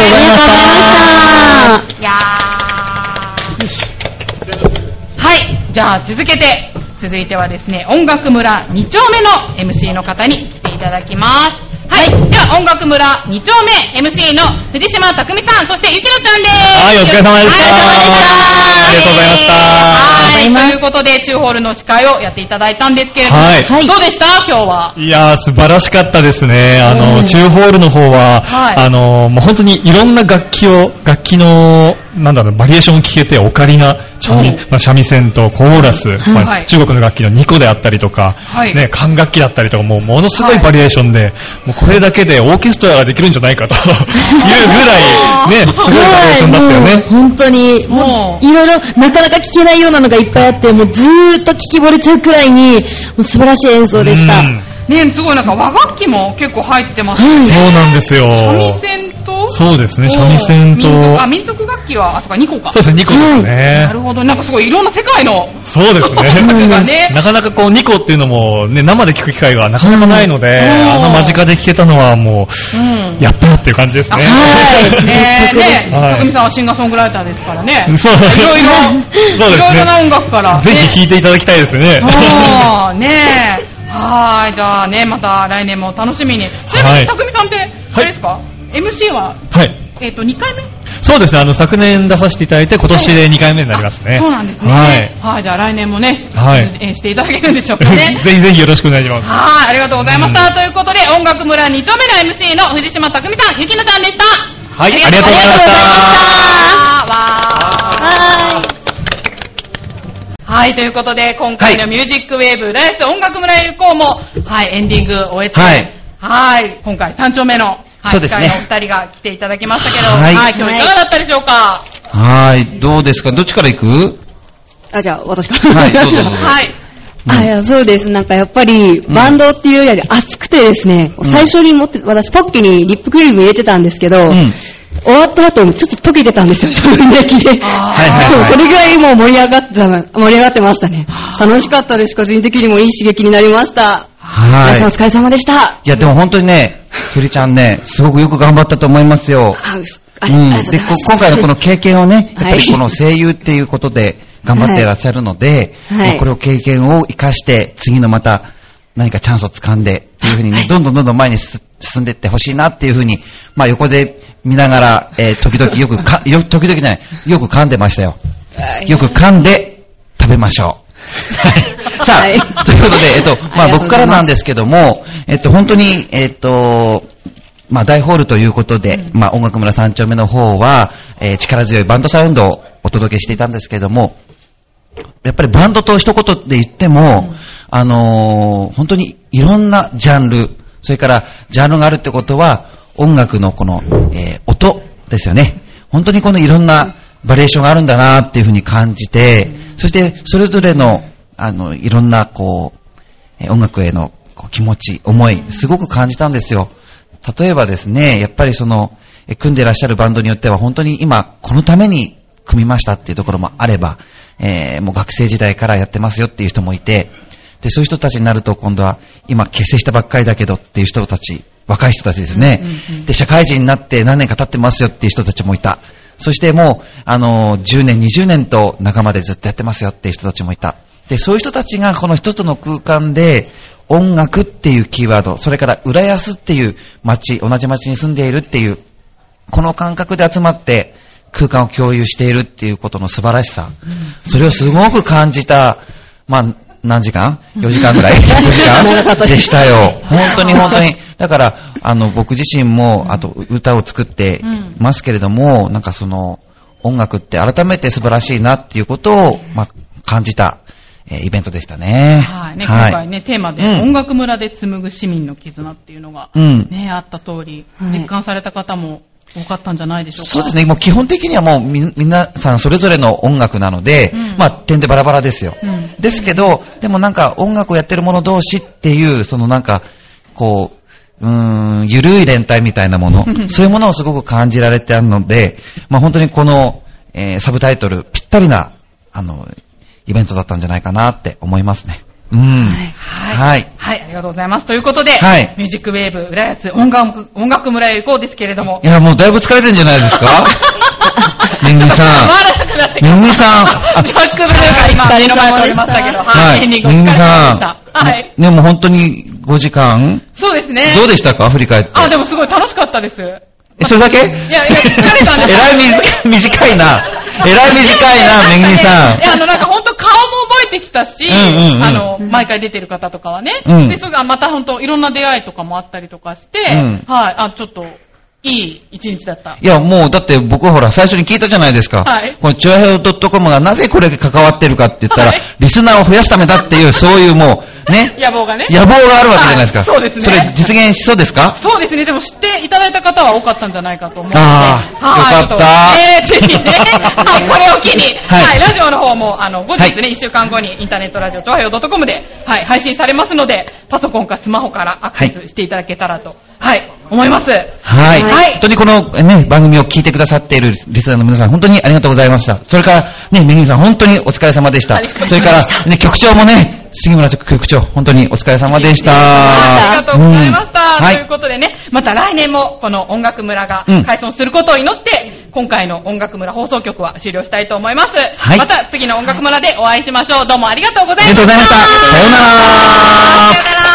[SPEAKER 13] とうございました。
[SPEAKER 1] いやーはい、じゃあ続けて、続いてはですね、音楽村2丁目の MC の方に来ていただきます。はい。では、音楽村2丁目 MC の藤島匠さん、そしてゆきろちゃんです。
[SPEAKER 17] はい、お疲れ様でした。ありがとうございました。
[SPEAKER 1] はい。ということで、中ホールの司会をやっていただいたんですけれども、
[SPEAKER 13] はい
[SPEAKER 1] どうでした今日は。
[SPEAKER 13] いやー、素晴らしかったですね。あの、
[SPEAKER 1] うん
[SPEAKER 13] 中ホールの方は、
[SPEAKER 1] はい
[SPEAKER 13] あの、もう本当にいろんな楽器を、楽器の、なんだろう、バリエーションを聞けて、オカリナ、チャミまあ、三味線とコーラス、
[SPEAKER 17] はい
[SPEAKER 13] まあ
[SPEAKER 17] はい
[SPEAKER 13] 中国の楽器の2個であったりとか、
[SPEAKER 17] はい
[SPEAKER 13] ね、管楽器だったりとか、もうものすごいバリエーションで、もうこれだけでオーケストラができるんじゃないかというぐ らい、ね、すごいバリエーションだったよね。
[SPEAKER 4] はいもう本当に、もういろいろなかなか聞けないようなのがいっぱいあって、もうずーっと聞き惚れちゃうくらいに、もう素晴らしい演奏でした。
[SPEAKER 1] ね、すごいなんか和楽器も結構入ってます
[SPEAKER 13] そうなんですよ。
[SPEAKER 1] 三味線と
[SPEAKER 13] そうですね三味線と
[SPEAKER 1] おー民族あ、民族楽器は、あ、そうか、2個か。
[SPEAKER 13] そうですね、2個ですね。
[SPEAKER 1] なるほど。なんかすごいいろんな世界の
[SPEAKER 13] そうです
[SPEAKER 1] うん
[SPEAKER 13] ね。 なかなかこう、2個っていうのも、ね、生で聞く機会がなかなかないので、あの間近で聞けたのはも
[SPEAKER 1] うん
[SPEAKER 13] う、やったよっていう感じですね。
[SPEAKER 1] ねえ、ねえ、
[SPEAKER 13] はい
[SPEAKER 1] たくみさんはシンガーソングライターですからね。
[SPEAKER 13] そう
[SPEAKER 1] いろいろ、
[SPEAKER 13] そうですね
[SPEAKER 1] いろいろな音楽から。
[SPEAKER 13] ぜひ聞いていただきたいです ね。
[SPEAKER 1] あーねえ。はーい、じゃあね、また来年も楽しみに。ちなみ
[SPEAKER 13] は
[SPEAKER 1] に、
[SPEAKER 13] い
[SPEAKER 1] たくみさんって、あれですか、?MC は、
[SPEAKER 13] はい。
[SPEAKER 1] えっ、と、2回目
[SPEAKER 13] そうですね、あの、昨年出させていただいて、今年で2回目になりますね。
[SPEAKER 1] そうなんですね。
[SPEAKER 13] はい。
[SPEAKER 1] はい、じゃあ来年もね、
[SPEAKER 13] はい
[SPEAKER 1] 出演していただけるんでしょうかね
[SPEAKER 13] 。ぜひぜひよろしくお願いします。
[SPEAKER 1] はい、ありがとうございました。ということで、音楽村2丁目の MC の藤島たくみさん、ゆきのちゃんでした。
[SPEAKER 13] はい、ありがとうございました。
[SPEAKER 1] はい、ということで、今回のミュージックウェーブ、ライス音楽村へ行こうも、はい、エンディングを終えて、
[SPEAKER 10] はい。
[SPEAKER 1] はい、今回3丁目の、はい、
[SPEAKER 10] そうですね
[SPEAKER 1] 司会のお二人が来ていただきましたけど、は、
[SPEAKER 10] はいい
[SPEAKER 1] 今日いかがだったでしょうか
[SPEAKER 10] はい、どうですかどっちから行く
[SPEAKER 9] あ、じゃあ、私から。
[SPEAKER 10] はいどうぞどうぞ
[SPEAKER 1] はい。
[SPEAKER 9] あいやそうです。なんかやっぱり、バンドっていうより熱くてですね、
[SPEAKER 10] うん
[SPEAKER 9] 最初に持って、私ポッキにリップクリーム入れてたんですけど、終わった後、ちょっと溶けてたんですよ、 自分で聞いて。でもそれぐらいもう盛り上がってた、盛り上がってましたね。楽しかったです。個人的にもいい刺激になりました。
[SPEAKER 10] は
[SPEAKER 9] 皆さんお
[SPEAKER 10] い。
[SPEAKER 9] 疲れ様でした。
[SPEAKER 10] いや、でも本当にね、ゆりちゃんね、すごくよく頑張ったと思いますよ。うん。で、こ今回のこの経験をね、やっぱりこの声優っていうことで頑張っていらっしゃるので、
[SPEAKER 9] はい
[SPEAKER 10] まあ
[SPEAKER 9] はい
[SPEAKER 10] これを経験を生かして、次のまた何かチャンスを掴んで、っていうふうにね、どんどんどんどん前にす進んでいってほしいなっていうふうに、まあ横で見ながら、えー時々よくか、よ、時々じゃない、よく噛んでましたよ。よく噛 んで食べましょう。さあ、ということで、えっと、ま
[SPEAKER 17] あ
[SPEAKER 10] あ
[SPEAKER 17] りがとう
[SPEAKER 10] 僕
[SPEAKER 17] ご
[SPEAKER 10] か
[SPEAKER 17] ざいます
[SPEAKER 10] らなんですけども、えっと、本当に、えっと、まあ大ホールということで、まあ音楽村三丁目の方は、えー力強いバンドサウンドをお届けしていたんですけども、やっぱりバンドと一言で言っても、あのー本当にいろんなジャンル、それからジャンルがあるってことは、音楽のこの、えー音ですよね。本当にこのいろんなバリエーションがあるんだなっていうふうに感じて、そしてそれぞれの、あの、いろんなこう、えー音楽へのこう気持ち、思い、すごく感じたんですよ。例えばですね、やっぱりその、えー組んでらっしゃるバンドによっては本当に今、このために組みましたっていうところもあれば、えーもう学生時代からやってますよっていう人もいて、で、そういう人たちになると今度は、今結成したばっかりだけどっていう人たち、若い人たちですね。で、社会人になって何年か経ってますよっていう人たちもいた。そしてもう、あの、10年、20年と仲間でずっとやってますよっていう人たちもいた。で、そういう人たちがこの一つの空間で、音楽っていうキーワード、それから浦安っていう街、同じ街に住んでいるっていう、この感覚で集まって空間を共有しているっていうことの素晴らしさ。それをすごく感じた、まあ、何時間 ?4 時間ぐら い ?4 時
[SPEAKER 17] 長か
[SPEAKER 10] 間
[SPEAKER 17] ったです
[SPEAKER 10] でしたよ。本当に本当に。だから、あの、僕自身も、あと、歌を作って
[SPEAKER 17] うん
[SPEAKER 10] ますけれども、なんかその、音楽って改めて素晴らしいなっていうことを、まあ、感じた、えーイベントでしたね。
[SPEAKER 1] はい、ね、
[SPEAKER 10] は
[SPEAKER 1] 今
[SPEAKER 10] い
[SPEAKER 1] 回ね、テーマで、
[SPEAKER 10] うん
[SPEAKER 1] 音楽村で紡ぐ市民の絆っていうのが、
[SPEAKER 10] うん
[SPEAKER 1] ね、あった通り、実感された方も多かったんじゃないでしょうか。
[SPEAKER 10] そうですね。もう基本的にはもうみん、皆さんそれぞれの音楽なので、
[SPEAKER 1] うん
[SPEAKER 10] まあ、点でバラバラですよ。
[SPEAKER 1] うん。
[SPEAKER 10] ですけど、でもなんか音楽をやってる者同士っていう、そのなんか、こう、うーん、ゆるい連帯みたいなも の、そういうものをすごく感じられてあるので、まあ本当にこの、えーサブタイトルぴったりな、あの、イベントだったんじゃないかなって思いますね。うん。はい。はい。
[SPEAKER 1] はい、ありがとうございます。ということで、
[SPEAKER 10] はい
[SPEAKER 1] ミュージックウェーブ、浦安音楽、音楽村へ行こうですけれども
[SPEAKER 10] い、や、もうだいぶ疲れてんじゃないです かめぐみさん。
[SPEAKER 1] 回らなくなってき
[SPEAKER 10] め
[SPEAKER 1] た。
[SPEAKER 10] ぐみさん。あ
[SPEAKER 1] ジャックブルーが今、目の前におりましたけど、はい、エンディングお疲れ様でした。
[SPEAKER 10] ね、もう本当に、 5時間
[SPEAKER 1] そうですね。
[SPEAKER 10] どうでしたか振り返って。
[SPEAKER 1] あ、でもすごい楽しかったです。いや、い
[SPEAKER 10] えそれだけえ
[SPEAKER 1] や、疲 れた んで
[SPEAKER 10] ら
[SPEAKER 1] す
[SPEAKER 10] い短い短いな。えらい短い な、めぐみさん
[SPEAKER 1] い。や、あの、なんか本当顔も覚えてきたし、
[SPEAKER 10] うんうんうん
[SPEAKER 1] あの、毎回出てる方とかはね。
[SPEAKER 10] うん
[SPEAKER 1] で、それがまた本当いろんな出会いとかもあったりとかして、
[SPEAKER 10] うん
[SPEAKER 1] はい、あ、ちょっと、いい一日だった。
[SPEAKER 10] いや、もう、だって僕はほら、最初に聞いたじゃないですか。
[SPEAKER 1] はい
[SPEAKER 10] このチュアヘオ .com がなぜこれが関わってるかって言ったら、リスナーを増やすためだっていう、そういうもう、ね、
[SPEAKER 1] 野望がね。
[SPEAKER 10] 野望があるわけじゃないですか。
[SPEAKER 1] はい そうですね
[SPEAKER 10] それ実現しそうですか
[SPEAKER 1] そうですね、でも知っていただいた方は多かったんじゃないかと思うので。
[SPEAKER 10] あー
[SPEAKER 1] はい
[SPEAKER 10] よかった
[SPEAKER 1] えー、ぜひね、はい、これを機に、
[SPEAKER 10] はい
[SPEAKER 1] はい、ラジオの方も、あの、後日ね、1週間後にインターネットラジオ、超平洋 .com で、はい、配信されますので、パソコンかスマホからアクセスしていただけたらと、はい、思います。
[SPEAKER 10] はい。
[SPEAKER 1] はい
[SPEAKER 10] 本当にこのね、番組を聞いてくださっているリスナーの皆さん、本当にありがとうございました。それから、ね、めぐみさん、本当にお疲れ様でした
[SPEAKER 1] あり。がとうご
[SPEAKER 10] それ
[SPEAKER 1] ざいま
[SPEAKER 10] から
[SPEAKER 1] し、
[SPEAKER 10] ね、局長もね、杉村局長、本当にお疲れ様でした。
[SPEAKER 1] ありがとうございました。
[SPEAKER 10] うんは
[SPEAKER 1] という
[SPEAKER 10] い。
[SPEAKER 1] ことでね、また来年もこの音楽村が
[SPEAKER 10] うん
[SPEAKER 1] 開村することを祈って、今回の音楽村放送局は終了したいと思います。
[SPEAKER 10] はい
[SPEAKER 1] また次の音楽村でお会いしましょう。どうもありがとうございまし
[SPEAKER 10] ありがと
[SPEAKER 1] た。
[SPEAKER 10] うございました。さようなら。
[SPEAKER 1] さようなら。